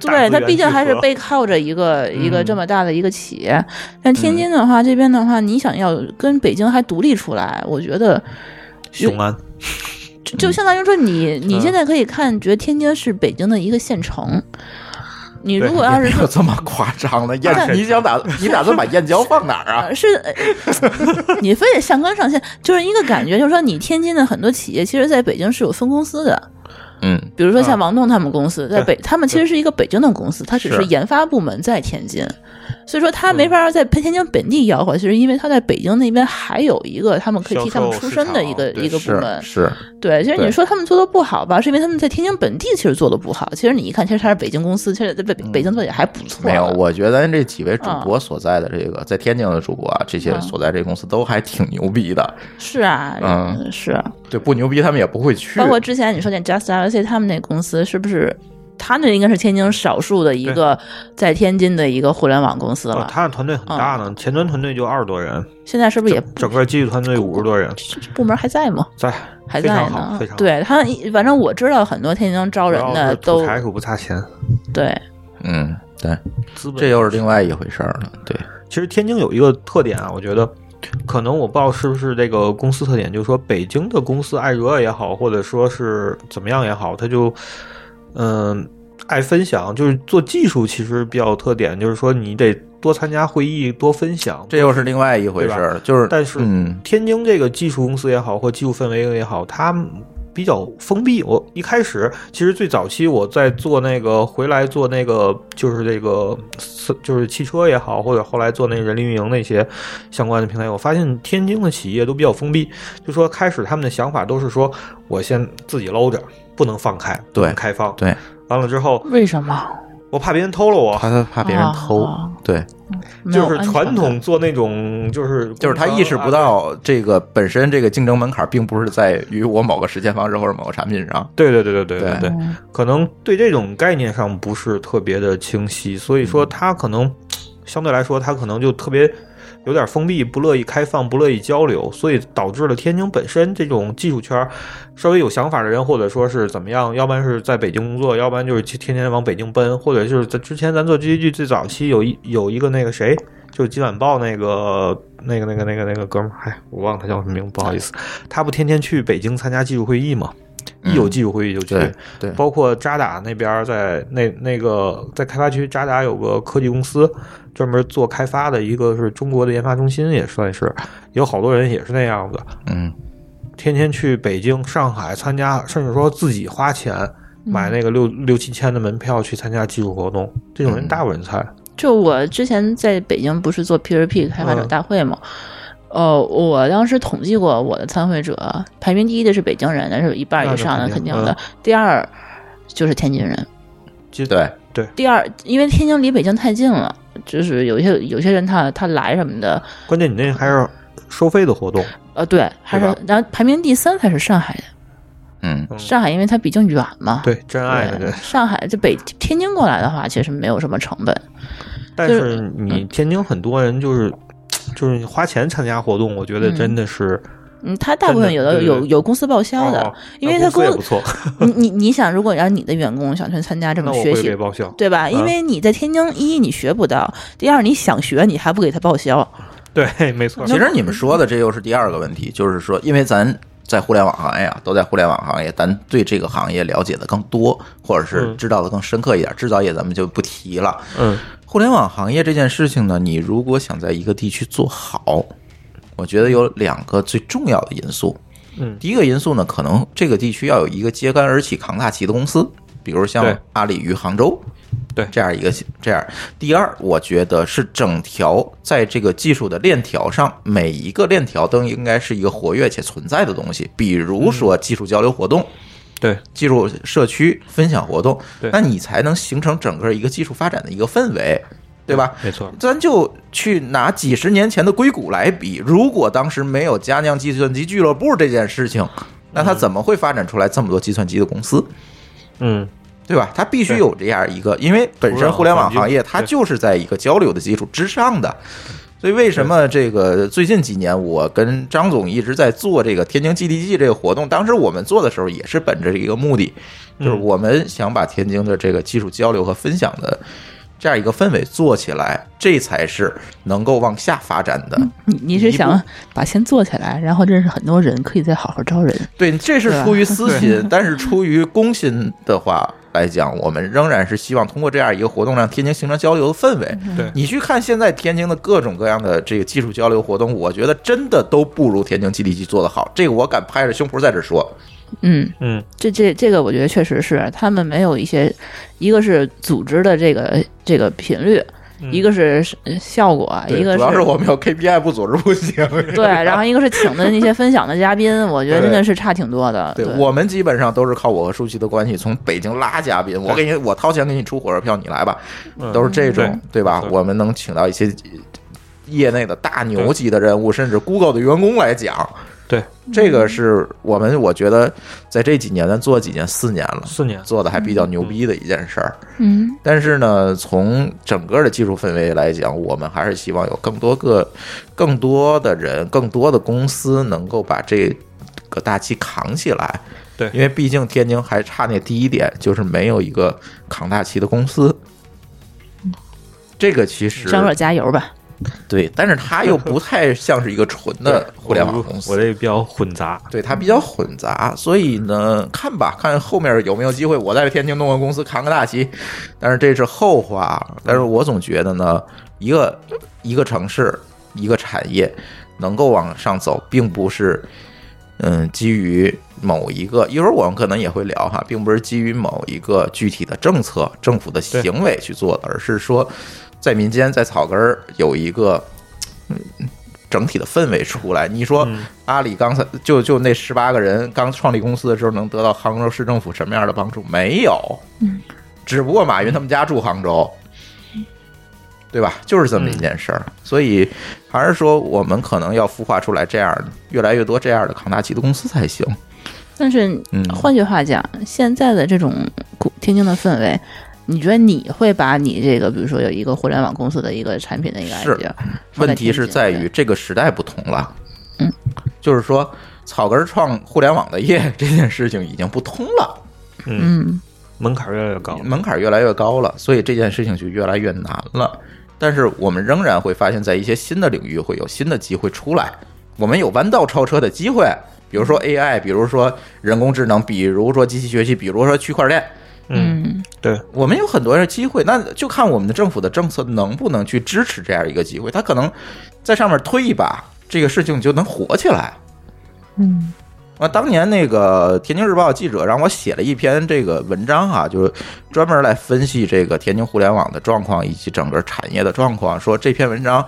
B: 对，它毕竟还是
C: 被。
B: 背靠着一个、一个这么大的一个企业。但天
A: 嗯
B: 津的话，这边的话，你想要跟北京还独立出来，我觉得
C: 雄安，
B: 就就相当于说你，
A: 嗯
B: 你现在可以看，觉得天津是北京的一个县城。你如果要
A: 也
B: 是
A: 没
B: 说
A: 有这么夸张的
B: 但
A: 燕，你想打你打算把燕郊放哪儿啊？
B: [laughs] 呃是，呃 [laughs] 你非得上纲上线，就是一个感觉，就是说你天津的很多企业，其实在北京是有分公司的，
A: 嗯，
B: 比如说像
C: 啊
B: 王栋他们公司，在北，他们其实是一个北京的公司，它只
A: 是嗯
B: 是研发部门在天津，所以说他没法在天津本地摇晃，就是因为他在北京那边还有一个他们可以替他们
C: 销售
B: 出
C: 市
B: 身的
C: 场
B: 一个
C: 对
B: 一个部门
A: 是，是，
B: 对，其实
A: 对
B: 你说他们做的不好吧，是因为他们在天津本地其实做的不好。其实你一看，其实他是北京公司，其实在北北京做的也还不错。
A: 嗯
B: 嗯
A: 没有，我觉得这几位主播所在的这个在天津的主播啊，这些所在这公司都还挺牛逼的。
B: 是啊，
A: 嗯
B: 是啊。
A: 对，不牛逼他们也不会去。
B: 包括之前你说那 Just LC 他们那公司是不是？他那应该是天津少数的一个在天津的一个互联网公司
C: 哦
B: 了。
C: 他的团队很大呢，前端团队就二十多人，
B: 现在是不是也
C: 整个技术团队五十多人，
B: 这这部门还在吗？
C: 在
B: 还
C: 非
B: 在
C: 常好，
B: 呢
C: 非常。好。
B: 对他，反正我知道很多天津招
C: 不
B: 人
C: 要
B: 的
C: 是
B: 都
C: 吐财可不差钱，
B: 对，
A: 嗯，对，
C: 资本
A: 这又是另外一回事儿了。对，
C: 其实天津有一个特点啊，我觉得可能我不知道是不是这个公司特点，就是说北京的公司爱热也好，或者说是怎么样也好，它就嗯、爱分享，就是做技术其实比较有特点，就是说你得多参加会议，多分享。
A: 这又是另外一回事儿，就是
C: 但是
A: 嗯，
C: 天津这个技术公司也好，或技术氛围也好，它比较封闭。我一开始其实最早期我在做那个回来做那个就是这个就是汽车也好，或者后来做那个人力运营那些相关的平台，我发现天津的企业都比较封闭，就说开始他们的想法都是说我先自己搂着，不能放开，不能
A: 对
C: 开放。
A: 对，
C: 完了之后，
B: 为什么？
C: 我怕别人偷了我，
A: 怕怕别人偷
B: 哦，
A: 对，
B: 没有
C: 就是
B: 安全
C: 传
B: 感
C: 统做那种就是
A: 嗯就是他意识不到这个本身这个竞争门槛并不是在于我某个实现方式或者某个产品上。
C: 对对对对对
A: 对
C: 对，可能对这种概念上不是特别的清晰，所以说他可能相对来说，他可能就特别有点封闭，不乐意开放，不乐意交流，所以导致了天津本身这种技术圈儿稍微有想法的人，或者说是怎么样，要不然是在北京工作，要不然就是天天往北京奔，或者就是在之前咱做 G G G 最早期有一有一个那个谁。就是《今晚报》那个、那个、那个、那个、那个哥们儿，哎，我忘了他叫什么名，字，不好意思。他不天天去北京参加技术会议吗？一有技术会议就去，
A: 对对，
C: 包括渣打那边儿在那那个在开发区，渣打有个科技公司专门做开发的，一个是中国的研发中心，也算是有好多人也是那样的，
A: 嗯，
C: 天天去北京、上海参加，甚至说自己花钱
B: 嗯
C: 买那个六六七千的门票去参加技术活动，这
A: 嗯
C: 种人大有人在。
B: 就我之前在北京不是做 P2P 开
C: 嗯
B: 发者大会嘛，呃，我当时统计过我的参会者，排名第一的是北京人，但是有一半以上的
C: 那
B: 肯
C: 肯定嗯
B: 定的，第二就是天津人，
C: 就
A: 对，
B: 第二因为天津离北京太近了，就是有些有些人他他来什么的，
C: 关键你那还是收费的活动，
B: 呃，对，还是
C: 对吧
B: 然后排名第三才是上海的，
A: 嗯，
C: 嗯
B: 上海因为它比较远嘛，
C: 对，真爱的
B: 对，
C: 人。
B: 上海这北天津过来的话，其实没有什么成本，
C: 但
B: 就是
C: 你天津很多人就是。就是你花钱参加活动，我觉得
B: 嗯
C: 真的是
B: 嗯，它大部分
C: 真的
B: 有的
C: 对对
B: 有
C: 对
B: 有公司报销的
C: 哦，
B: 因为
C: 那
B: 它
C: 公司也
B: 公
C: 不错，
B: 你你你想，如果让你的员工想去参加这
C: 那
B: 么
C: 我
B: 学
C: 会
B: 习
C: 给，报销。
A: 啊
B: 对吧？因
C: 嗯
B: 为你在天津，一你学不到，第二你想学你还不给他报销，
C: 对，没错。
A: 其实你们说的这又是第二个问题，就是说，因为咱在互联网行业啊，都在互联网行业，咱对这个行业了解的更多，或者是
C: 嗯
A: 知道的更深刻一点。制造业咱们就不提了。
C: 嗯，
A: 互联网行业这件事情呢，你如果想在一个地区做好，我觉得有两个最重要的因素。
C: 嗯
A: 第一个因素呢，可能这个地区要有一个揭竿而起、扛大旗的公司，比如像
C: 对
A: 阿里于杭州，
C: 对
A: 这样一个这样。第二，我觉得是整条在这个技术的链条上，每一个链条都应该是一个活跃且存在的东西，比如说技术交流活动。
C: 对，
A: 技术社区分享活动
C: 对，
A: 那你才能形成整个一个技术发展的一个氛围，对吧？
C: 没错
A: 咱就去拿几十年前的硅谷来比，如果当时没有家酿计算机俱乐部这件事情，那它怎么会发展出来这么多计算机的公司？
C: 嗯，
A: 对吧？它必须有这样一个，因为本身互联网行业它就是在一个交流的基础之上的。所以为什么这个最近几年我跟张总一直在做这个天津 GDG 这个活动？当时我们做的时候也是本着一个目的，就是我们想把天津的这个技术交流和分享的这样一个氛围做起来，这才是能够往下发展的。
B: 你你是
A: 一步
B: 想把先做起来，然后认识很多人，可以再好好招人。
A: 对，这是
B: 对啊吧
A: 出于私心，但是出于公心的话来讲，我们仍然是希望通过这样一个活动，让天津形成交流的氛围。
B: 嗯
C: 对，
A: 你去看现在天津的各种各样的这个技术交流活动，我觉得真的都不如天津 GDG 做得好，这个我敢拍着胸脯在这说。
B: 嗯，
C: 嗯，
B: 这这这个我觉得确实是他们没有一些，一个是组织的这个这个频率，
C: 嗯
B: 一个是呃效果，
A: 对
B: 一个
A: 主要是我们有 KPI 不组织不行。
B: 对，然后一个是请的那些分享的嘉宾，我觉得真的是差挺多的。
A: 对我们基本上都是靠我和舒淇的关系从北京拉嘉宾，我给你我掏钱给你出火车票，你来吧，
C: 嗯
A: 都是这种、
C: 嗯
A: 对吧？
C: 对
A: 我们能请到一些业内的大牛级的人物，甚至 Google 的员工来讲，
C: 对，
A: 这个是我们我觉得在这几年咱做几年四年了，
C: 四年，
A: 做的还比较牛逼的一件事儿。
B: 嗯，
A: 但是呢，从整个的技术氛围来讲，我们还是希望有更多个、更多的人、更多的公司能够把这个大旗扛起来。
C: 对
A: 因为毕竟天津还差那第一点，就是没有一个扛大旗的公司。这个其实
B: 嗯张若加油吧。
A: 对，但是它又不太像是一个纯的互联网公司
C: 我，这比较混杂。
A: 对它比较混杂，所以呢，看吧，看后面有没有机会，我在天津弄个公司扛个大旗，但是这是后话。但是我总觉得呢，一个一个城市，一个产业能够往上走，并不是嗯基于某一个，一会儿我们可能也会聊哈，并不是基于某一个具体的政策、政府的
C: 对
A: 行为去做的，而是说在民间在草根儿有一个。嗯整体的氛围出来。你说
C: 嗯
A: 阿里刚才就就那十八个人刚创立公司的时候，能得到杭州市政府什么样的帮助？没有，只不过马云他们家住杭州，对吧？就是这么一件事儿。所以还是说，我们可能要孵化出来这样越来越多这样的扛大旗的公司才行。
B: 但是
A: 嗯，
B: 换句话讲，现在的这种古天津的氛围，你觉得你会把你这个，比如说有一个互联网公司的一个产品的一个
A: 是
B: idea，放
A: 问
B: 在
A: 题
B: 天津
A: 是在于这个时代不同了，
B: 嗯，
A: 就是说草根儿创互联网的业这件事情已经不通了。
B: 嗯，
C: 门槛越来越高。
A: 门槛越来越高了，所以这件事情就越来越难了。但是我们仍然会发现，在一些新的领域会有新的机会出来，我们有弯道超车的机会，比如说 AI，比如说人工智能，比如说机器学习，比如说区块链，
C: 嗯，对，
A: 我们有很多的机会，那就看我们的政府的政策能不能去支持这样一个机会，它可能在上面推一把，这个事情就能火起来。
B: 嗯，
A: 啊，当年那个天津日报记者让我写了一篇这个文章啊，就是专门来分析这个天津互联网的状况以及整个产业的状况。说这篇文章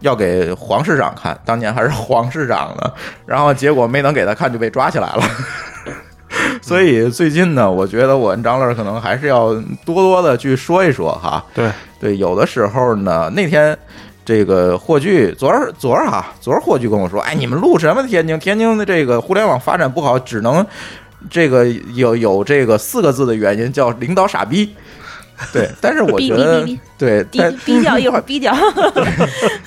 A: 要给黄市长看，当年还是黄市长呢， [laughs] 然后结果没能给他看就被抓起来了。 [laughs] 所以最近呢，我觉得我跟张乐可能还是要多多的去说一说哈。
C: 对，
A: 对，有的时候呢，那天这个霍炬，昨儿昨儿哈、昨儿霍炬跟我说，哎，你们录什么天津？天津的这个互联网发展不好，只能这个有有这个四个字的原因，叫领导傻逼。对，但是我
F: 哔
A: 觉
F: 哔
A: 得
F: 哔哔，
A: 对，
F: 低
A: 但
F: 低调一会儿，低调。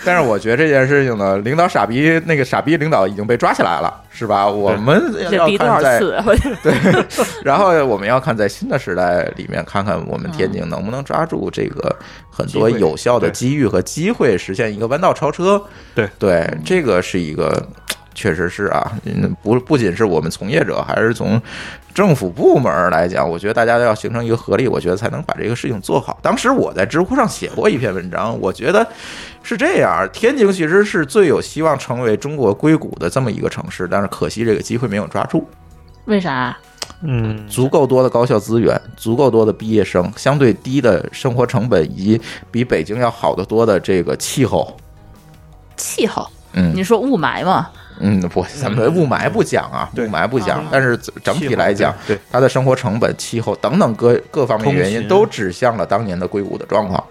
A: 但是我觉得这件事情呢，领导傻逼那个傻逼领导已经被抓起来了，是吧？我们
B: 这
A: 要
B: 逼多
A: 看
B: 少
A: 在
B: 次？
A: 对， [laughs] 然后我们要看在新的时代里面，看看我们天津能不能抓住这个很多
C: 机会
A: 有效的
C: 对
A: 机遇和机会，实现一个弯道超车。
C: 对
A: 对，这个是一个，确实是啊，嗯不不仅是我们从业者，还是从政府部门儿来讲，我觉得大家都要形成一个合力，我觉得才能把这个事情做好。当时我在知乎上写过一篇文章，我觉得是这样，天津其实是最有希望成为中国硅谷的这么一个城市，但是可惜这个机会没有抓住。
B: 为啥？
A: 啊
C: 嗯，
A: 足够多的高校资源，足够多的毕业生，相对低的生活成本，以及比北京要好得多的这个气候。
B: 气候？
A: 嗯
B: 你说雾霾嘛？
A: 嗯，不，咱们雾霾不讲啊，雾
C: 对
A: 霾不讲，但是整
C: 气
A: 体
C: 候
A: 来讲，
C: 对对
A: 它的生活成本、气候等等各各方面原
C: 通
A: 因
C: 勤
A: 都指向了当年的硅谷的状况。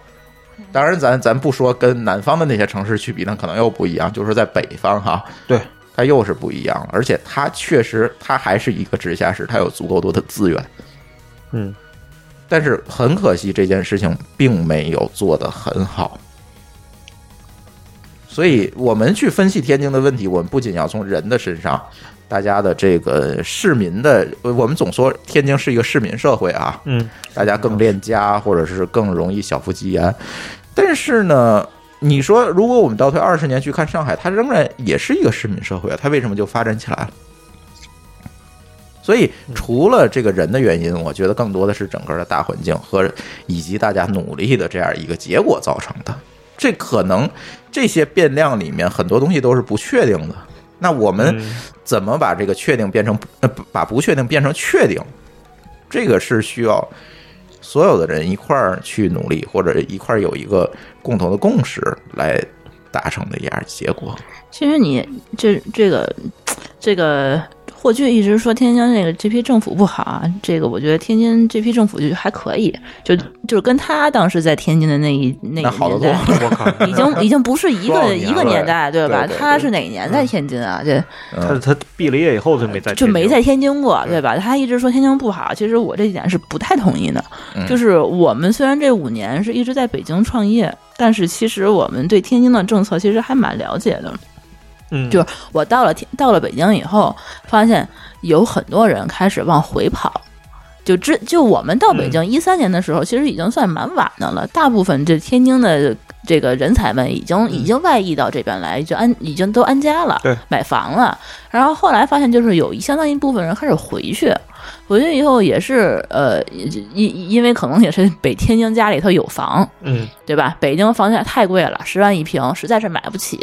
A: 当然咱，咱不说跟南方的那些城市去比，那可能又不一样。就是说在北方哈，
C: 对，
A: 它又是不一样了。而且它确实，它还是一个直辖市，它有足够多的资源。
C: 嗯，
A: 但是很可惜，这件事情并没有做得很好。所以，我们去分析天津的问题，我们不仅要从人的身上，大家的这个市民的，呃我们总说天津是一个市民社会啊，
C: 嗯，
A: 大家更恋家，或者是更容易小富即安。但是呢，你说如果我们倒退二十年去看上海，它仍然也是一个市民社会啊，它为什么就发展起来了？所以，除了这个人的原因，我觉得更多的是整个的大环境和以及大家努力的这样一个结果造成的。这可能这些变量里面很多东西都是不确定的。那我们
C: 嗯
A: 怎么把这个确定变成呃不把不确定变成确定？这个是需要所有的人一块儿去努力，或者一块儿有一个共同的共识来达成的一样结果。
B: 其实你这这个这个霍炬一直说天津这个这批政府不好啊，这个我觉得天津这批政府就还可以，就就是跟他当时在天津的那一那
A: 那
B: 个
A: 好得
B: 年
A: 多
B: 代，
C: 我靠，
B: 已经已经不是一
C: 多少
B: 个
C: 年了
B: 一个年代，对吧？
A: 对对对
B: 他是哪年在天津啊？这
C: 他他毕了业以后就没在，
B: 就没在，天津过，对吧？他一直说天津不好，其实我这一点是不太同意的。
A: 嗯
B: 就是我们虽然这五年是一直在北京创业，但是其实我们对天津的政策其实还蛮了解的。
C: 嗯，
B: 就是我到了天到了北京以后，发现有很多人开始往回跑。就之就我们到北京一三年的时候，其实已经算蛮晚的了。大部分这天津的这个人才们已经已经外溢到这边来，就安已经都安家了
C: 对，
B: 买房了。然后后来发现，就是有一相当一部分人开始回去，回去以后也是呃，因因为可能也是北天津家里头有房，
C: 嗯，
B: 对吧？北京房价太贵了，十万一平实在是买不起。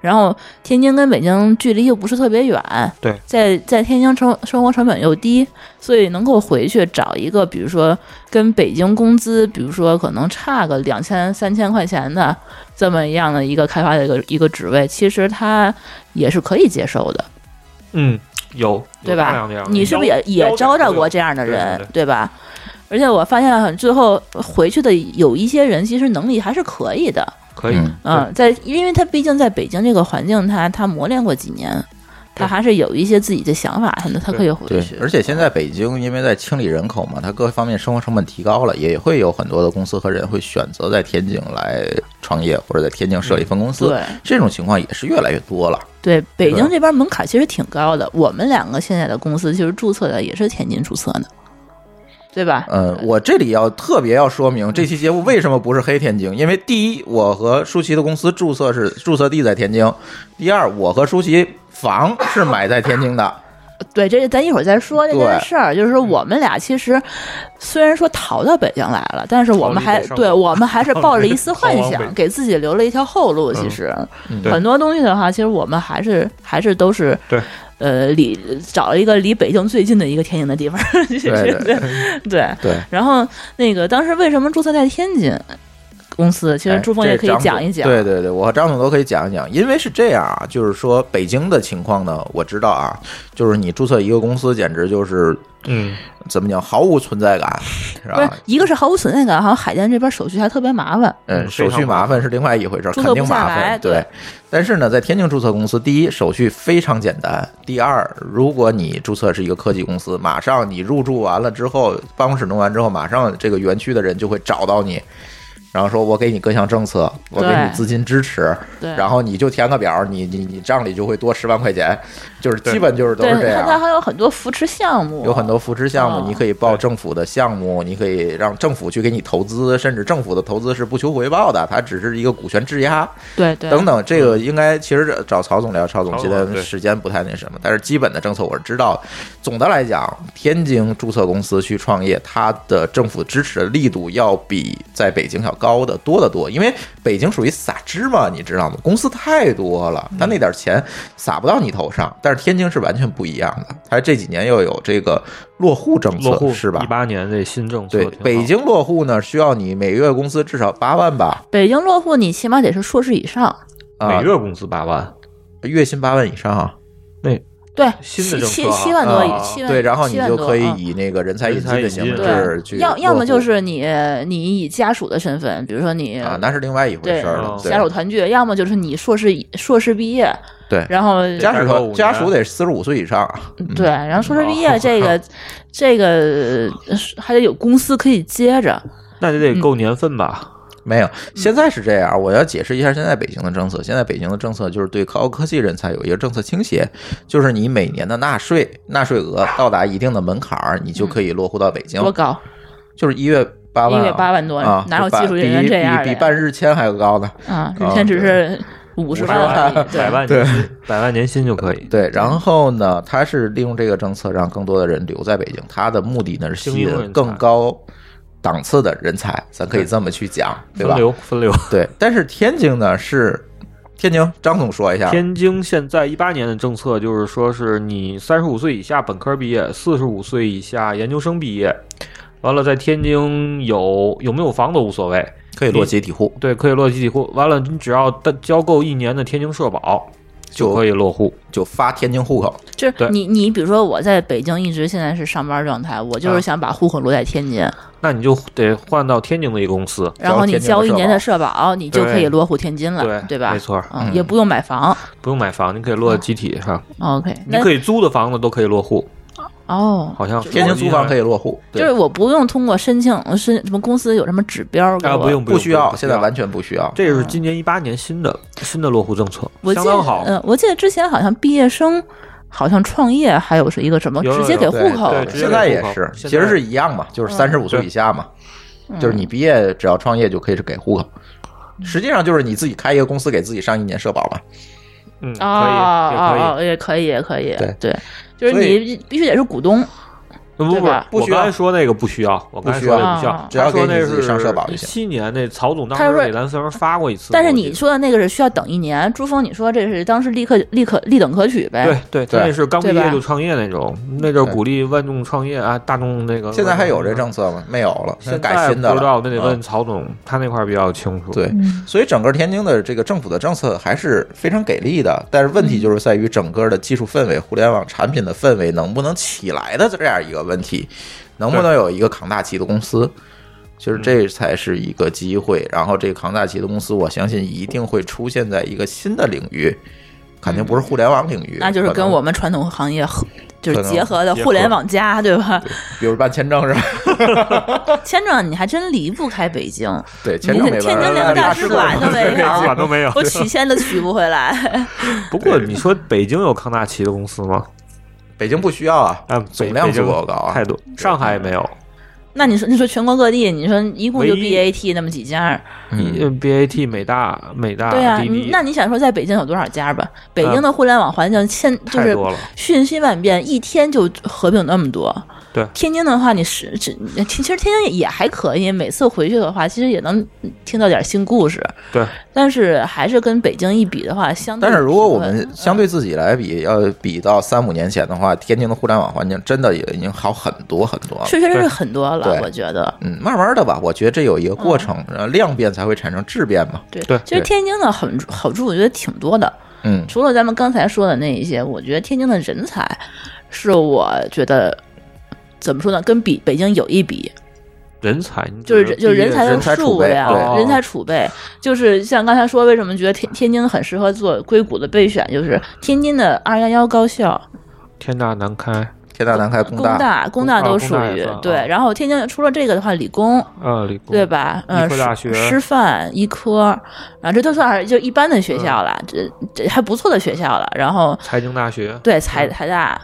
B: 然后天津跟北京距离又不是特别远，
C: 对，
B: 在在天津生生活成本又低，所以能够回去找一个，比如说跟北京工资，比如说可能差个两千三千块钱的这么样的一个开发的一个一个职位，其实他也是可以接受的。
C: 嗯，有
B: 对吧？你是不是也也招着过这样的人，
C: 对对
B: 吧？而且我发现最后回去的有一些人，其实能力还是可以的，
C: 可以？
A: 嗯
B: 嗯，在因为他毕竟在北京这个环境他，他磨练过几年，他
C: 对
B: 还是有一些自己的想法，他他可以回
A: 对
B: 去，。
A: 而且现在北京因为在清理人口嘛，它各方面生活成本提高了，也会有很多的公司和人会选择在天津来创业，或者在天津设立分公司。
B: 对
A: 这种情况也是越来越多了。
B: 对，北
A: 对
B: 京这边门槛其实挺高的。我们两个现在的公司其实注册的也是天津注册的，对吧？
A: 嗯，我这里要特别要说明，这期节目为什么不是黑天津？因为第一，我和舒淇的公司注册是注册地在天津；第二，我和舒淇房是买在天津的。
B: 对，这咱一会儿再说这
A: 对嗯
B: 件事儿。就是说我们俩其实虽然说逃到北京来了，但是我们
C: 逃离
B: 还
C: 北上
B: 对
C: 广
B: 我们还是抱着一丝幻
C: 逃往
B: 想，
C: 北
B: 给自己留了一条后路。其
C: 嗯
B: 实、
C: 对
B: 很多东西的话，其实我们还是还是都是
C: 对。
B: 呃，离找了一个离北京最近的一个天津的地方， [laughs] 其实
A: 对对
B: 对对
A: [laughs] 对，
B: 然后那个当时为什么注册在天津？公司，其实
A: 哎
B: 朱峰也
A: 这
B: 可以
A: 张总
B: 讲一讲。
A: 对啊对对，我和张总都可以讲一讲，因为是这样啊，就是说北京的情况呢，我知道啊，就是你注册一个公司，简直就是
C: 嗯，
A: 怎么讲，毫无存在感，是
B: 不是
A: 吧？
B: 一个是毫无存在感，好像海淀这边手续还特别麻烦。
A: 嗯，
C: 非
A: 手
C: 常
A: 续麻烦是另外一回事儿，
B: 注
A: 肯
B: 册不
A: 定
B: 下
A: 麻
B: 来
A: 烦。
B: 对
A: 对，但是呢，在天津注册公司，第一，手续非常简单；第二，如果你注册是一个科技公司，马上你入驻完了之后，办公室弄完之后，马上这个园区的人就会找到你。然后说，我给你各项政策，我给
B: 对
A: 你资金支持，
B: 对，
A: 然后你就填个表，你你你账里就会多十万块钱，就是基本就是都
B: 对
A: 是这
B: 他他
A: 样。
B: 还有很多扶持项目，
A: 有很多扶持项
B: 哦
A: 目，你可以报政府的项目，你可以让政府去给你投资，甚至政府的投资是不求回报的，它只是一个股权质押
B: 对对
A: 等等。这个应该其实找曹总聊，曹总
C: 曹
A: 现
C: 总
A: 在
C: 对
A: 时间不太那什么，但是基本的政策我是知道的。总的来讲，天津注册公司去创业，它的政府支持的力度要比在北京要高的多得多，因为北京属于撒芝麻，你知道吗？公司太多了，
C: 嗯
A: 它那点钱撒不到你头上。但是天津是完全不一样的，它这几年又有这个落户政
C: 落户
A: 策，是吧
C: 一？八年这新政策
A: 对
C: 挺好，
A: 北京落户呢，需要你每月工资至少八万吧，
B: 北京落户，你起码得是硕士以上。
A: 啊、
C: 每月工资八万，
A: 月薪八万以上啊。
B: 对，七
C: 新的政策
B: 七
C: 啊
B: 七万多，
A: 啊
B: 七万
A: 对，然后你
B: 七万
A: 就
B: 多
A: 可以
B: 嗯
A: 以那个人才引进的形式去
B: 对，
A: 落
B: 要
A: 户，
B: 要么就是你你以家属的身份，比如说你
A: 啊，那是另外一回
B: 对
A: 事儿了
C: 嗯。
A: 对
B: 家属团聚，要么就是你硕士以硕士毕业，
A: 对
B: 然后
A: 家属
C: 大概五
A: 团
C: 年
A: 家属得四十五岁以上啊，
B: 对，然后硕士毕
C: 哦
A: 嗯
B: 业这个这个呃还得有公司可以接着，
C: 那就
B: 嗯
C: 得够年份吧？
A: 没有。现在是这样，我要解释一下现在北京的政策。现在北京的政策就是对高科技人才有一个政策倾斜，就是你每年的纳税纳税额到达一定的门槛儿，你就可以落户到北京，
B: 嗯多高？
A: 就是一月八万啊，
B: 一月八万多
A: 啊，
B: 哪有
A: 就
B: 技术人员
A: 比
B: 这样的
A: 比
B: 呀
A: 比办日签还要高呢。
B: 啊，之
A: 啊
B: 前只是五十
A: 50
B: 万而 [laughs] 已，对
C: 百万年薪，百万年薪就可以。
A: 对，然后呢，他是利用这个政策让更多的人留在北京，他的目的呢是吸
C: 精英人才
A: 引更高档次的人才，咱可以这么去讲，对
C: 分
A: 吧？
C: 流分流。
A: [laughs] 对，但是天津呢是天津，张总说一下，
C: 天津现在一八年的政策就是说，是你三十五岁以下本科毕业，四十五岁以下研究生毕业，完了在天津有有没有房都无所谓，
A: 可以落集体户，
C: 对，可以落集体户。完了，你只要但交够一年的天津社保就可以落户。
A: 就发天津户口，
B: 就是
C: 对
B: 你你比如说我在北京一直现在是上班状态，我就是
C: 啊
B: 想把户口落在天津，
C: 那你就得换到天津的一个公司。
B: 然后
A: 交天津
B: 你
A: 的
B: 交一
A: 社
B: 年
A: 保
B: 的社保，你就可以
C: 对
B: 落户天津了，
C: 对
B: 吧？
C: 没错
B: 嗯，
A: 嗯
B: 也不用买房。
C: 不用买房，你可以落集体上，
B: OK，
C: 嗯你
B: 那
C: 可以租的房子都可以落户，
B: 哦，
C: 好像
A: 天津租房可
C: 以。
A: 以落户，
B: 就是我不用通过申请申什么公司有什么指标给我，
C: 啊，不用，
A: 不需要，
C: 不
A: 现在完嗯全不需要。
C: 这是今年一八年新的新的落户政策，
B: 我记
C: 相
B: 得
C: 当好，
B: 嗯，我记得之前好像毕业生好像创业还有是一个什么，
C: 有有
B: 直接给
C: 有
B: 户
A: 对
B: 口，
C: 对直接
A: 现在
C: 给
A: 也
C: 户口
A: 是，
C: 现
A: 其实
C: 在
A: 是一样嘛，就是三十五岁
C: 对
A: 以下嘛，
B: 嗯
A: 就是你毕业只要创业就可以是给户口，实际上就是你自己开一个公司，给自己上一年社保嘛。
C: 嗯，可以，也
B: 哦
C: 可以
B: 哦哦，也可以，也可以，
A: 对
B: 就是
A: 所以
B: 你必须得是股东，
C: 不
B: 对
C: 不
B: 吧
A: 不
C: 我
A: 需要
C: 刚才说那个不需要，我刚才
A: 不需
C: 说
A: 要
C: 那个不需
B: 啊
C: 要，
A: 只要
C: 他说
A: 给
C: 那
A: 你自己
C: 是
A: 上社保就行
C: 七年那曹总当
B: 他
C: 时
B: 说
C: 给咱虽然发过一次，
B: 但是
C: 我记
B: 你
C: 得
B: 说的那个是需要等一年，朱峰，你说这是当时立刻立刻立等可取呗？
C: 对对，他
A: 对
C: 那是刚毕
B: 哎对吧
C: 业就创业那种，那就是鼓励万众创业啊，大众那个
A: 现在还有这
C: 万众
A: 政策吗？没有了，
C: 现
A: 改
C: 在
A: 新的
C: 不
A: 了。
C: 知道，那得问
A: 嗯
C: 曹总，他那块儿比较清楚。
A: 对，
B: 嗯
A: 所以整个天津的这个政府的政策还是非常给力的，但是问
B: 嗯
A: 题就是在于整个的技术氛围、互联网产品的氛围能不能起来的这样一个问题，能不能有一个扛大旗的公司？其实
C: 嗯
A: 这才是一个机会。然后这个扛大旗的公司，我相信一定会出现在一个新的领域，肯定不是互联网领域，
B: 那就是
A: 可
B: 跟
A: 能
B: 我们传统行业合，就是
A: 可能
B: 结合的
C: 结
B: 互联
C: 合
B: 网加，对吧？
A: 比如办签证是吧？ [laughs]
B: 签证你还真离不开北京，
A: 对，签
B: 你
A: 证没
B: 天
A: 办
B: 津
A: 法，
B: 连个大使馆都
C: [laughs]
B: 没
C: 大使馆啊都
B: 有，
C: 没
A: [laughs]
C: 有。
B: 我取签都取不回来。
C: 不过你说北京有康大旗的公司吗？
A: 北京不需要啊
C: 啊，，
A: [laughs] 总
C: 北
A: 量
C: 北京
A: 足够高啊，
C: 太多。上海也没有，
B: 那你说，你说全国各地，你说一共就
C: 唯一
B: BAT 那么几家，
A: 嗯
C: 嗯，BAT、美大、美大、
B: 对啊，
C: 滴
B: 你
C: 滴，
B: 那你想说在北京有多少家吧？北
C: 嗯
B: 京的互联网环境现就
C: 太
B: 是
C: 多了。
B: 瞬息万变，一天就合并那么多，
C: 对
B: 天津的话，你是只其实天津也还可以，每次回去的话，其实也能听到点新故事，
C: 对，
B: 但是还是跟北京一比的话，相对
A: 但是如果我
B: 平
A: 们
B: 稳
A: 相对自己来比，要比到三五年前的话，天津的互联网环境真的也已经好很多很多了。
B: 确确实
C: 对
B: 是很多了
A: 啊对，
B: 我觉得。
A: 嗯，慢慢的吧，我觉得这有一个过程，
B: 嗯
A: 然后量变才会产生质变嘛。
B: 对，
C: 对
B: 其实天津的很好处，我觉得挺多的。
A: 嗯，
B: 除了咱们刚才说的那一些，我觉得天津的人才是我觉得怎么说呢，跟比北京有一比，
C: 人才你
B: 就是
C: 指
B: 人就是人才
A: 人
B: 的
A: 才储
B: 数
A: 备哦
B: 量、
C: 对
B: 人才储备，就是像刚才说，为什么觉得天天津很适合做硅谷的备选，就是天津的二幺幺高校、
C: 天大南开，
A: 天大南开工
B: 工
A: 大，
B: 大、工大
C: 工
B: 都
C: 啊
B: 属
C: 工大也
B: 于
C: 算啊
B: 对。然后天津除了这个的话，理工。
C: 呃，理工
B: 对？吧？嗯，
C: 医科大学
B: 师师范、医科，啊，这都算是就一般的学校了，
A: 嗯
B: 这这还不错的学校了。然后
C: 财经大学，
B: 对
A: 嗯
B: 财财大，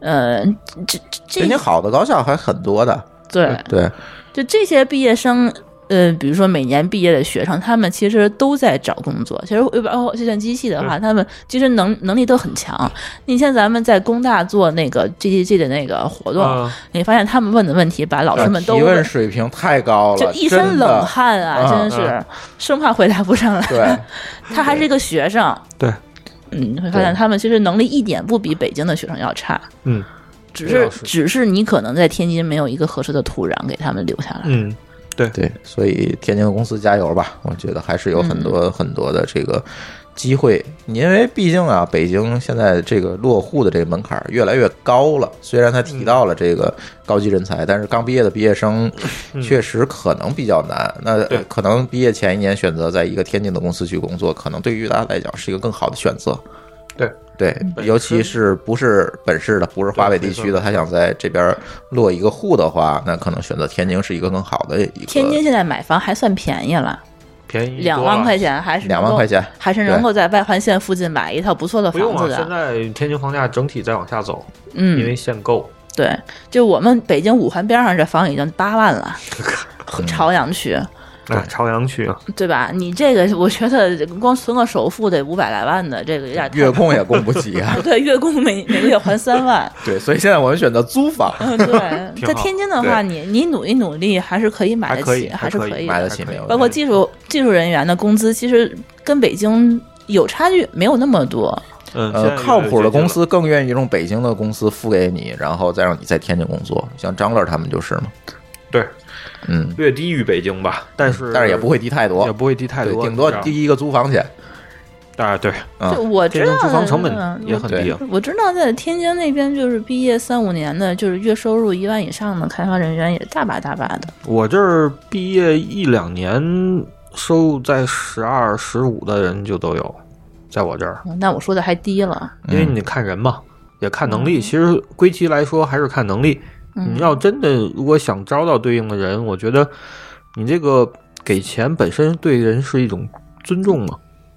B: 呃，这这
A: 人家
B: 这
A: 好的高校还很多的。
B: 对，
A: 对，
B: 就这些毕业生。呃，比如说每年毕业的学生，他们其实都在找工作。其实呃包括计算机系的话，他们其实能能力都很强。你像咱们在工大做那个 GTG 的那个活动，
C: 嗯
B: 你发现他们问的问题，把老师们都
A: 啊提
B: 问
A: 问水平太高了，
B: 就一
A: 真
B: 身
A: 的
B: 冷。汗啊，
A: 啊
B: 真是生怕回答不上来。
A: 对，
B: 他还是一个学生，
C: 对，
B: 嗯，你会发现
A: 对
B: 他们其实能力一点不比北京的学生要差，
C: 嗯
B: 只
C: 这
B: 是
C: 倒是
B: 只是你可能在天津没有一个合适的土壤给他们留下来。
C: 嗯，
A: 对，所以天津的公司加油吧！我觉得还是有很
C: 嗯
A: 多很多的这个机会，因为毕竟啊，北京现在这个落户的这个门槛儿越来越高了。虽然他提到了这个高级人
C: 嗯
A: 才，但是刚毕业的毕业生确实可能比较难。那
C: 对
A: 可能毕业前一年选择在一个天津的公司去工作，可能对于大家来讲是一个更好的选择。
C: 对
A: 对，
C: 本
A: 尤其
C: 市
A: 是不是本市的，不是华北地区的，他想在这边落一个户的话，那可能选择天津是一个更好的一个
B: 天津现在买房还算便宜了，
C: 便宜
B: 两
C: 多
B: 万
C: 了
B: 块。钱还是能
A: 两
B: 够
A: 万块，钱，
B: 还是能够在外环线附近买一套不错的
C: 不用
B: 房
C: 啊
B: 子，
C: 现
B: 的。
C: 在天津房价整体在往下走，因为
B: 嗯，
C: 限购。
B: 对，就我们北京五环边上这房已经八万了，
A: [laughs] 嗯
B: [laughs] 朝阳区。
C: 啊，朝阳区啊，
B: 对吧？你这个，我觉得光存个首付得五百来万的，这个有点太
A: 月供也供不起
B: [laughs]
A: 啊。
B: 对，月供每每个月还三
A: [laughs]
B: 万。
A: 对，所以现在我们选择租
C: [laughs]
A: 房，
B: 嗯，对，
C: 挺
B: 在
C: 好
B: 天津的话，你你努一努力还是可以买
C: 还
B: 得
C: 可
B: 起，
C: 以，
B: 还是
C: 可
B: 以
A: 买
B: 的。
A: 得起没有
B: 包括技术技术人员的工资，其实跟北京有差距，没有那么多。
C: 嗯，现在越
A: 呃，
C: 来越
A: 靠谱
C: 接近
A: 的公
C: 了，
A: 司更愿意用北京的公司付给你，然后再让你在天津工作，像张乐他们就是嘛，
C: 对，
A: 嗯，
C: 略低于北京吧，但是
A: 但是也不会低太多
C: 也，不会低太
A: 对，
C: 多，
A: 顶多
C: 你知道吗
A: 低一个租房钱，
C: 啊，对，
A: 啊
B: 就我
C: 天
B: 知
C: 津
B: 道
C: 住房
B: 的
C: 成本
B: 嗯
C: 也很
A: 对
C: 低啊。
B: 我知道在天津那边，就是毕业三五年的，就是月收入一万以上的开发人员也大把大把的。
C: 我这儿毕业一两年，收入在十二、十五的人就都有，在我这儿，
B: 嗯那我说的还低了，
A: 嗯
C: 因为你看人嘛，也看能力。其实归其来说，还是看能力。
B: 嗯
C: 你要真的如果想招到对应的人，我觉得你这个给钱本身对人是一种尊重嘛。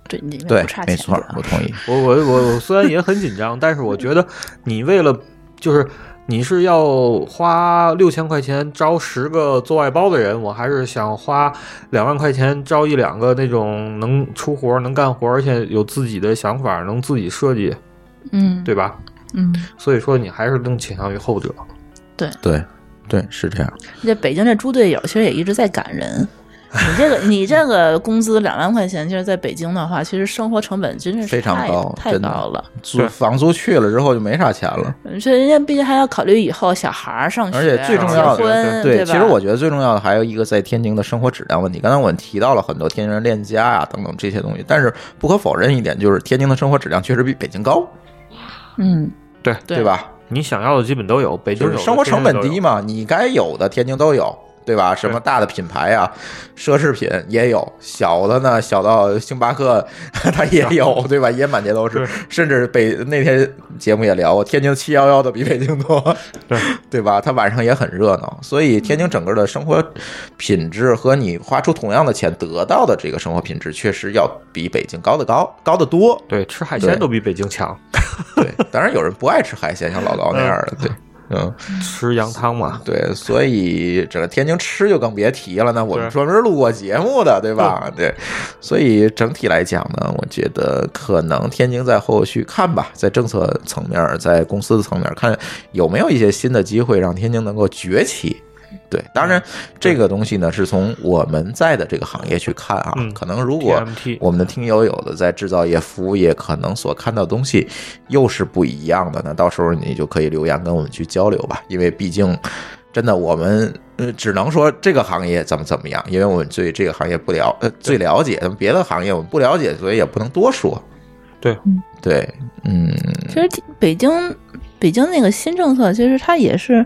B: 对，你那边
A: 对
B: 不差，
A: 没
B: 钱
A: 错
B: 的，啊
A: 我同意，
C: 我我我我虽然也很紧张，但是我觉得你为了就是你是要花六千块钱招十个做外包的人，我还是想花两万块钱招一两个那种能出活、能干活，而且有自己的想法、能自己设计，
B: 嗯，
C: 对吧？
B: 嗯，
C: 所以说你还是更倾向于后者。
A: 对，对，是这样，
B: 这北京这猪队友其实也一直在赶
A: [laughs]
B: 人。你这个你这个工资两万块钱，其实在北京的话，其实生活成本真是
A: 非常
B: 太
A: 高
B: 太
A: 真的
B: 高了。
A: 租房租去了之后就没啥钱了。
B: 嗯所以人家毕竟还要考虑以后小孩儿上学，啊
A: 而且最重要的
B: 结婚，
A: 对，
B: 嗯吧？
A: 其实我觉得最重要的还有一个在天津的生活质量问题。刚才我们提到了很多天津人恋家啊等等这些东西，但是不可否认一点，就是天津的生活质量确实比北京高，
B: 嗯，
C: 对
B: 对
A: 对吧？
C: 你想要的基本都有，北京
A: 就是
C: 有
A: 生活成本低
C: 嘛。
A: 嘛，你该有的天津都有，对吧？什么大的品牌啊，奢侈品也有，小的呢，小到星巴克 [laughs] 它也有，对吧？也满街都是
C: 对，
A: 甚至北那天节目也聊过，天津七幺幺的比北京多，
C: 对
A: 对吧？它晚上也很热闹，所以天津整个的生活品质和你花出同样的钱得到的这个生活品质，确实要比北京高得高，高得多。
C: 对，吃海
A: 对
C: 鲜都比北京强。 [laughs]
A: 对，当然有人不爱吃海鲜，像老高那样的，对。嗯，
C: 吃羊汤嘛。
A: 对，所以整个天津吃就更别提了。那我们专门录过节目的，对吧？对，所以整体来讲呢，我觉得可能天津在后续看吧，在政策层面，在公司的层面，看有没有一些新的机会让天津能够崛起。对，当然这个东西呢，是从我们在的这个行业去看啊。
C: 嗯
A: 可能如果
C: TMT
A: 我们的听友有的在制造业、服务业，可能所看到的东西又是不一样的，那到时候你就可以留言跟我们去交流吧，因为毕竟。真的，我们呃只能说这个行业怎么怎么样，因为我们对这个行业不了呃最了解，别的行业我们不了解，所以也不能多说。
C: 对，
A: 对，嗯，
B: 其实北京北京那个新政策，其实它也是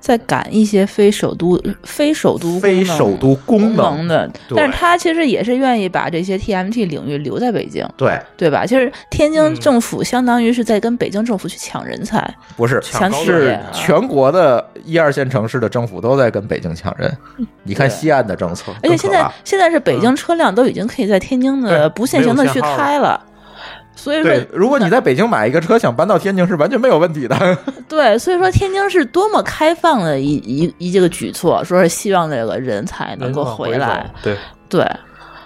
B: 在赶一些非首都非首都功能
A: 非首都功
B: 功
A: 能
B: 能，的，
A: 对
B: 但是它其实也是愿意把这些 TMT 领域留在北京，
A: 对，
B: 对吧？其实天
C: 嗯
B: 津政府相当于是在跟北京政府去抢人才，
A: 不是
B: 抢
C: 高
B: 企
C: 端
B: 业
A: 是
B: 啊，
A: 全国的一二线城市的政府都在跟北京抢人。你看西安的政策，
B: 而且现在
A: 更可
B: 现在是北京车辆都已经可以在天津的
C: 对
B: 不限行的去开了，所 [laughs]
A: 怕
B: 以说
A: 对， [laughs] 如果你在北京买一个车，想搬到天津是完全没有问题的。
B: 对，所以说天津是多么开放的一一一这个举措，说是希望这个人才能够
C: 人往
B: 回来
C: 走，对，
B: 对，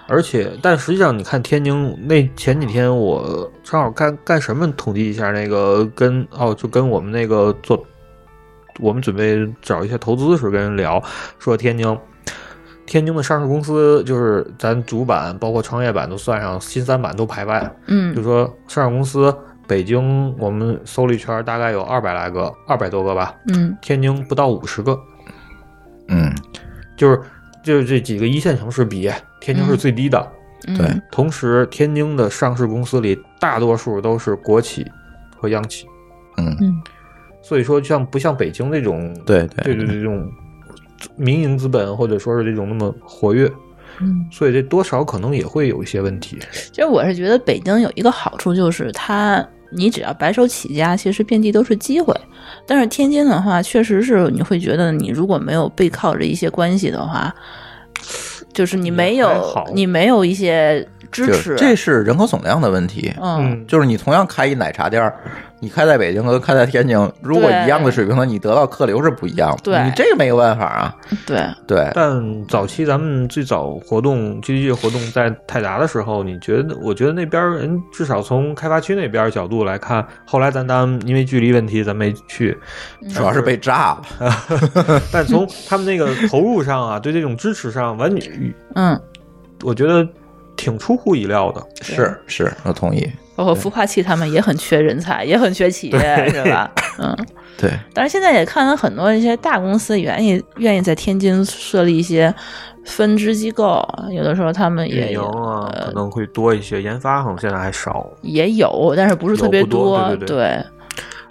C: 而且，但实际上，你看天津那前几天，我正好干干什么统计一下那个跟哦，就跟我们那个做，我们准备找一些投资时跟人聊，说天津，天津的上市公司就是咱主板包括创业板都算上，新三板都排外。就
B: 嗯，
C: 说上市公司，北京我们搜了一圈，大概有二百来个，二百多个吧，
B: 嗯，
C: 天津不到五十个，
A: [laughs] 嗯，
C: 就是就是这几个一线城市比，天津是最低的。
B: 嗯
A: 对，
C: 同时，天津的上市公司里大多数都是国企和央企，
A: 嗯
B: 嗯，
C: 所以说像不像北京这种
A: 对
C: 对对对这种民营资本或者说是这种那么活跃，
B: 嗯，
C: 所以这多少可能也会有一些问题。
B: 其实我是觉得北京有一个好处就是它，你只要白手起家，其实遍地都是机会。但是天津的话，确实是你会觉得你如果没有背靠着一些关系的话，就是你没
C: 也还
B: 有
C: 好
B: 你没有一些支
A: 就是
B: 持，
A: 这是人口总量的问题。
B: 嗯，
A: 就是你同样开一奶茶店儿，你开在北京和开在天津，如果
B: 对
A: 一样的水平呢，你得到客流是不一样的。
B: 对
A: 你这个没有办法啊。
B: 对，
A: 对，
C: 但早期咱们最早活动 GG 活动在泰达的时候，你觉得？我觉得那边儿人至少从开发区那边儿角度来看，后来咱咱们因为距离问题咱没 [laughs] 去，
B: 嗯
A: 主要是被炸了。
C: 但从他们那个投入上啊，对这种支持上，完全
B: 嗯，
C: 我觉得挺出乎意料的。
A: 是是，我同意。
B: 包括孵化器他们也很缺人才，也很缺企业，是吧？嗯，
A: 对，
B: 但是现在也看到很多一些大公司愿意愿意在天津设立一些分支机构，有的时候他们
C: 运
B: 也
C: 营
B: 有呃
C: 啊，可能会多一些，研发好像现在还少。
B: 也有，但是不是特别
C: 有不多对对
B: 对
C: 对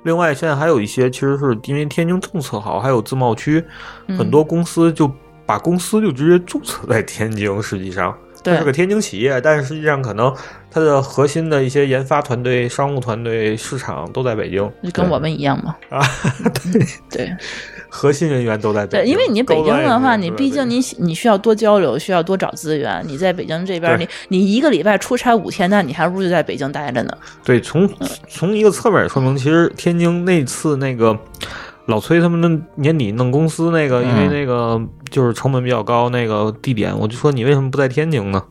C: 另外，现在还有一些，其实是因为天津政策好，还有自贸区，
B: 嗯
C: 很多公司就把公司就直接注册在天津。实际上，它是个天津企业，但是实际上可能它的核心的一些研发团队、商务团队、市场都在北京，
B: 就跟我们一样嘛。
C: 啊，
B: 对
C: 核心人员都在北
B: 对，
C: 京。
B: 因为你北
C: 高
B: 京
C: 端人
B: 的
C: 员
B: 话，
C: 都
B: 你
C: 在
B: 毕
C: 北
B: 竟
C: 京
B: 你你需要多交流，需要多找资源。你在北京这边，
C: 对
B: 你你一个礼拜出差五天，那你还不如就在北京待着呢。
C: 对，从从一个侧面也说明，其实天津那次那个老崔他们那年底弄公司那个，因为
A: 嗯
C: 那个就是成本比较高，那个地点，我就说你为什么不在天津呢？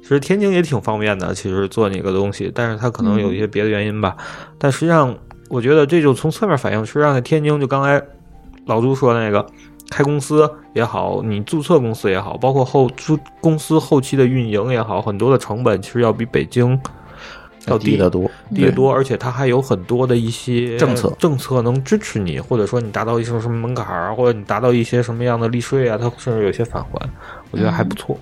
C: 其实天津也挺方便的，其实做那个东西，但是它可能有一些别的原因吧。但实际上，我觉得这就从侧面反映，实际上在天津，就刚才老朱说的那个。开公司也好，你注册公司也好，包括后注公司后期的运营也好，很多的成本其实要比北京要低
A: 低得多，
C: 低得多，而且它还有很多的一些
A: 政策
C: 政策能支持你，或者说你达到一些什么门槛儿，或者你达到一些什么样的利税啊，它甚至有些返还，我觉得还不错。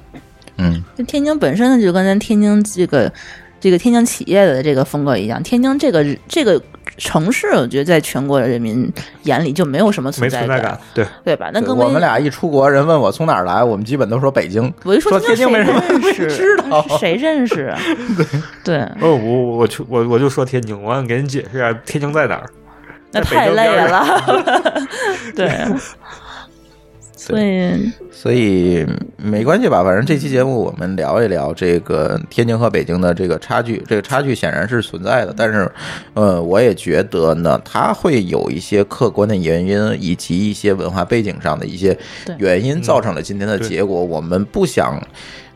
A: 嗯。
B: 就天津本身呢，就跟咱天津这个这个天津企业的这个风格一样，天津这个这个城市，我觉得在全国人民眼里就没有什么
C: 没
B: 存
C: 存
B: 在
C: 在感，嗯对，
B: 对吧？那
A: 对
B: 更
A: 我
B: 没
A: 们俩一出国，人问我从哪儿来，我们基本都说北京。
B: 我一
A: 说
B: 说
A: 天津
B: 津
A: 没
B: 谁
A: 人没
B: 认
A: 人
B: 识，
A: 知道
B: 谁认识啊？对，
C: 哦，我我我去我我就说天津，我想给你解释一下天津在哪儿。
B: 那
C: 在北
B: 太 [laughs]
C: 京
B: 累
C: 边儿
B: 了。对，对，
A: 所以嗯没关系吧，反正这期节目我们聊一聊这个天津和北京的这个差距，这个差距显然是存在的，但是，呃，我也觉得呢，它会有一些客观的原因，以及一些文化背景上的一些
B: 对
A: 原因，造成了今天的
C: 对
A: 结果。我们不想，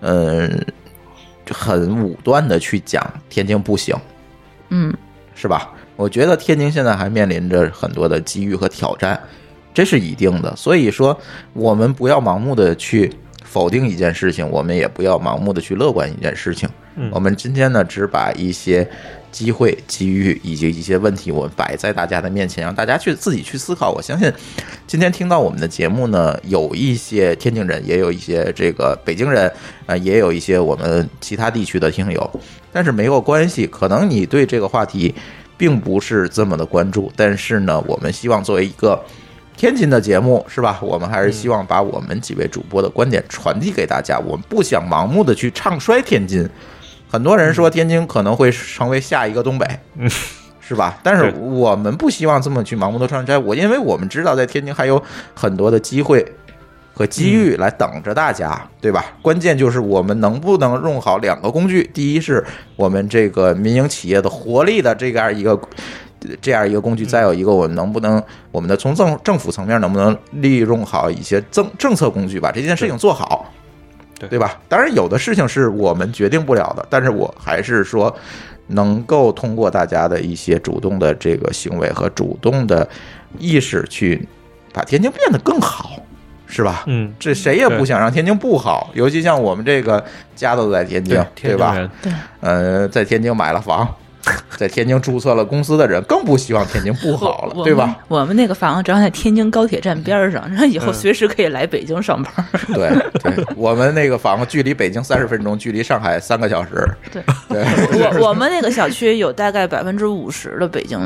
A: 嗯、很武断的去讲天津不行，
B: 嗯，
A: 是吧？我觉得天津现在还面临着很多的机遇和挑战，这是一定的。所以说，我们不要盲目的去否定一件事情，我们也不要盲目的去乐观一件事情。
C: 嗯
A: 我们今天呢，只把一些机会、机遇以及一些问题，我们摆在大家的面前，让大家去自己去思考。我相信，今天听到我们的节目呢，有一些天津人，也有一些这个北京人，呃，也有一些我们其他地区的听友。但是没有关系，可能你对这个话题并不是这么的关注，但是呢，我们希望作为一个天津的节目，是吧？我们还是
C: 嗯
A: 希望把我们几位主播的观点传递给大家，我们不想盲目的去唱衰天津。很多人说天津可能会成为下一个东北，
C: 嗯，
A: 是吧？但是
C: 对
A: 我们不希望这么去盲目的唱衰，我因为我们知道在天津还有很多的机会和机遇来等着大家，对吧？关键就是我们能不能用好两个工具，第一是我们这个民营企业的活力的这样一个。这样一个工具，再有一个，我们能不能，我们的从政政府层面能不能利用好一些政政策工具，把这件事情做好，
C: 对
A: 对吧？当然，有的事情是我们决定不了的，但是我还是说，能够通过大家的一些主动的这个行为和主动的意识，去把天津变得更好，是吧？
C: 嗯，
A: 这谁也不
C: 对
A: 想让天津不好，尤其像我们这个家都在天津，
C: 对
A: 对，吧？
C: 天津人
A: 呃，在天津买了
B: [laughs]
A: 房，在天津注册了公司的人，更不希望天津不好
B: 我
A: 了，对吧？？
B: 我们我们那个房正好在天津高铁站边儿上，然后以后
C: 嗯
B: 随时可以来北京上班。
A: 对对，我们那个房子距离北京三十分钟，距离上海三个小时，
B: 对，
A: 对
B: [laughs] 我我们那个小区有大概百分之五十的北京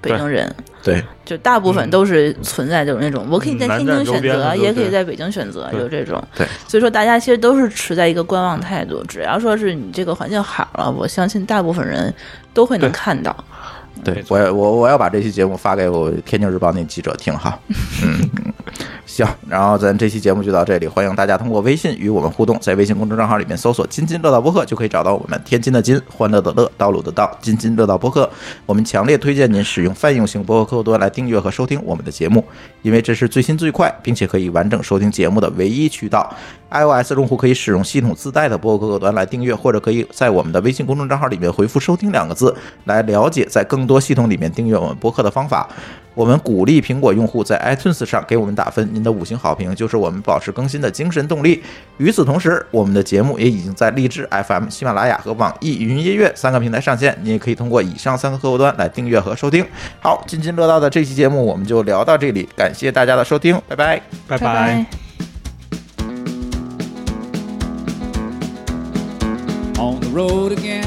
B: 北京人，
A: 对，
B: 就大部分都是存在就是那种，我可以在天津
C: 嗯南
B: 选
C: 站周边
B: 择，
C: 的
B: 也可以
C: 对
B: 在北京选择，
C: 对
B: 就这种。
A: 对，
B: 所以说大家其实都是持在一个观望态度，只要说是你这个环境好了，我相信大部分人都会能
C: 对
B: 看到。
A: 对我我我要把这期节目发给我天津日报那记者听哈。嗯，行，然后咱这期节目就到这里，欢迎大家通过微信与我们互动，在微信公众账号里面搜索“津津乐道播客”就可以找到我们。天津的津，欢乐的乐，道路的道，津津乐道播客。我们强烈推荐您使用泛用型播客客户端来订阅和收听我们的节目，因为这是最新最快，并且可以完整收听节目的唯一渠道。iOS 用户可以使用系统自带的播客客户端来订阅，或者可以在我们的微信公众账号里面回复“收听”两个字，来了解在更多系统里面订阅我们播客的方法。我们鼓励苹果用户在 iTunes 上给我们打分，您的五星好评就是我们保持更新的精神动力。与此同时，我们的节目也已经在荔枝 FM、喜马拉雅和网易云音乐三个平台上线，你也可以通过以上三个客户端来订阅和收听。好，津津乐道的这期节目我们就聊到这里，感谢大家的收听，拜拜。
C: 拜
B: 拜拜。
G: on the road again.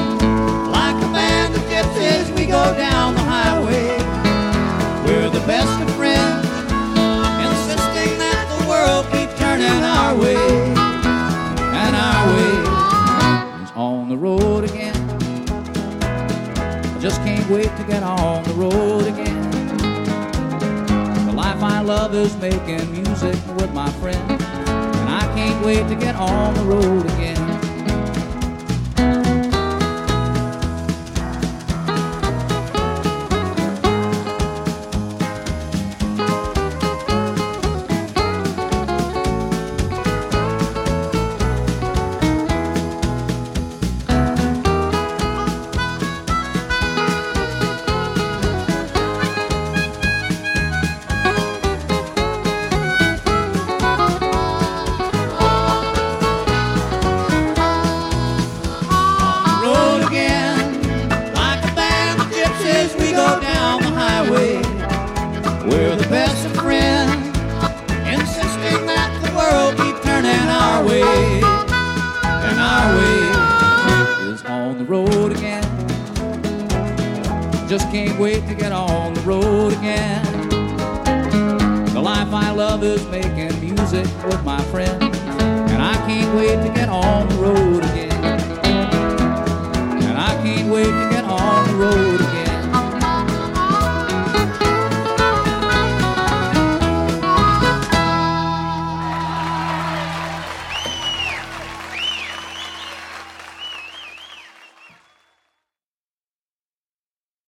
G: Like a band of gypsies, we go down the highway. We're the best of friends, insisting that the world keep turning our way. And our way is on the road again. I just can't wait to get on the road again. The life I love is making music with my friends. And I can't wait to get on the road again. just can't wait to get on the road again. The life I love is making music with my friends, and I can't wait to get on the road again. And I can't wait to get on the road again.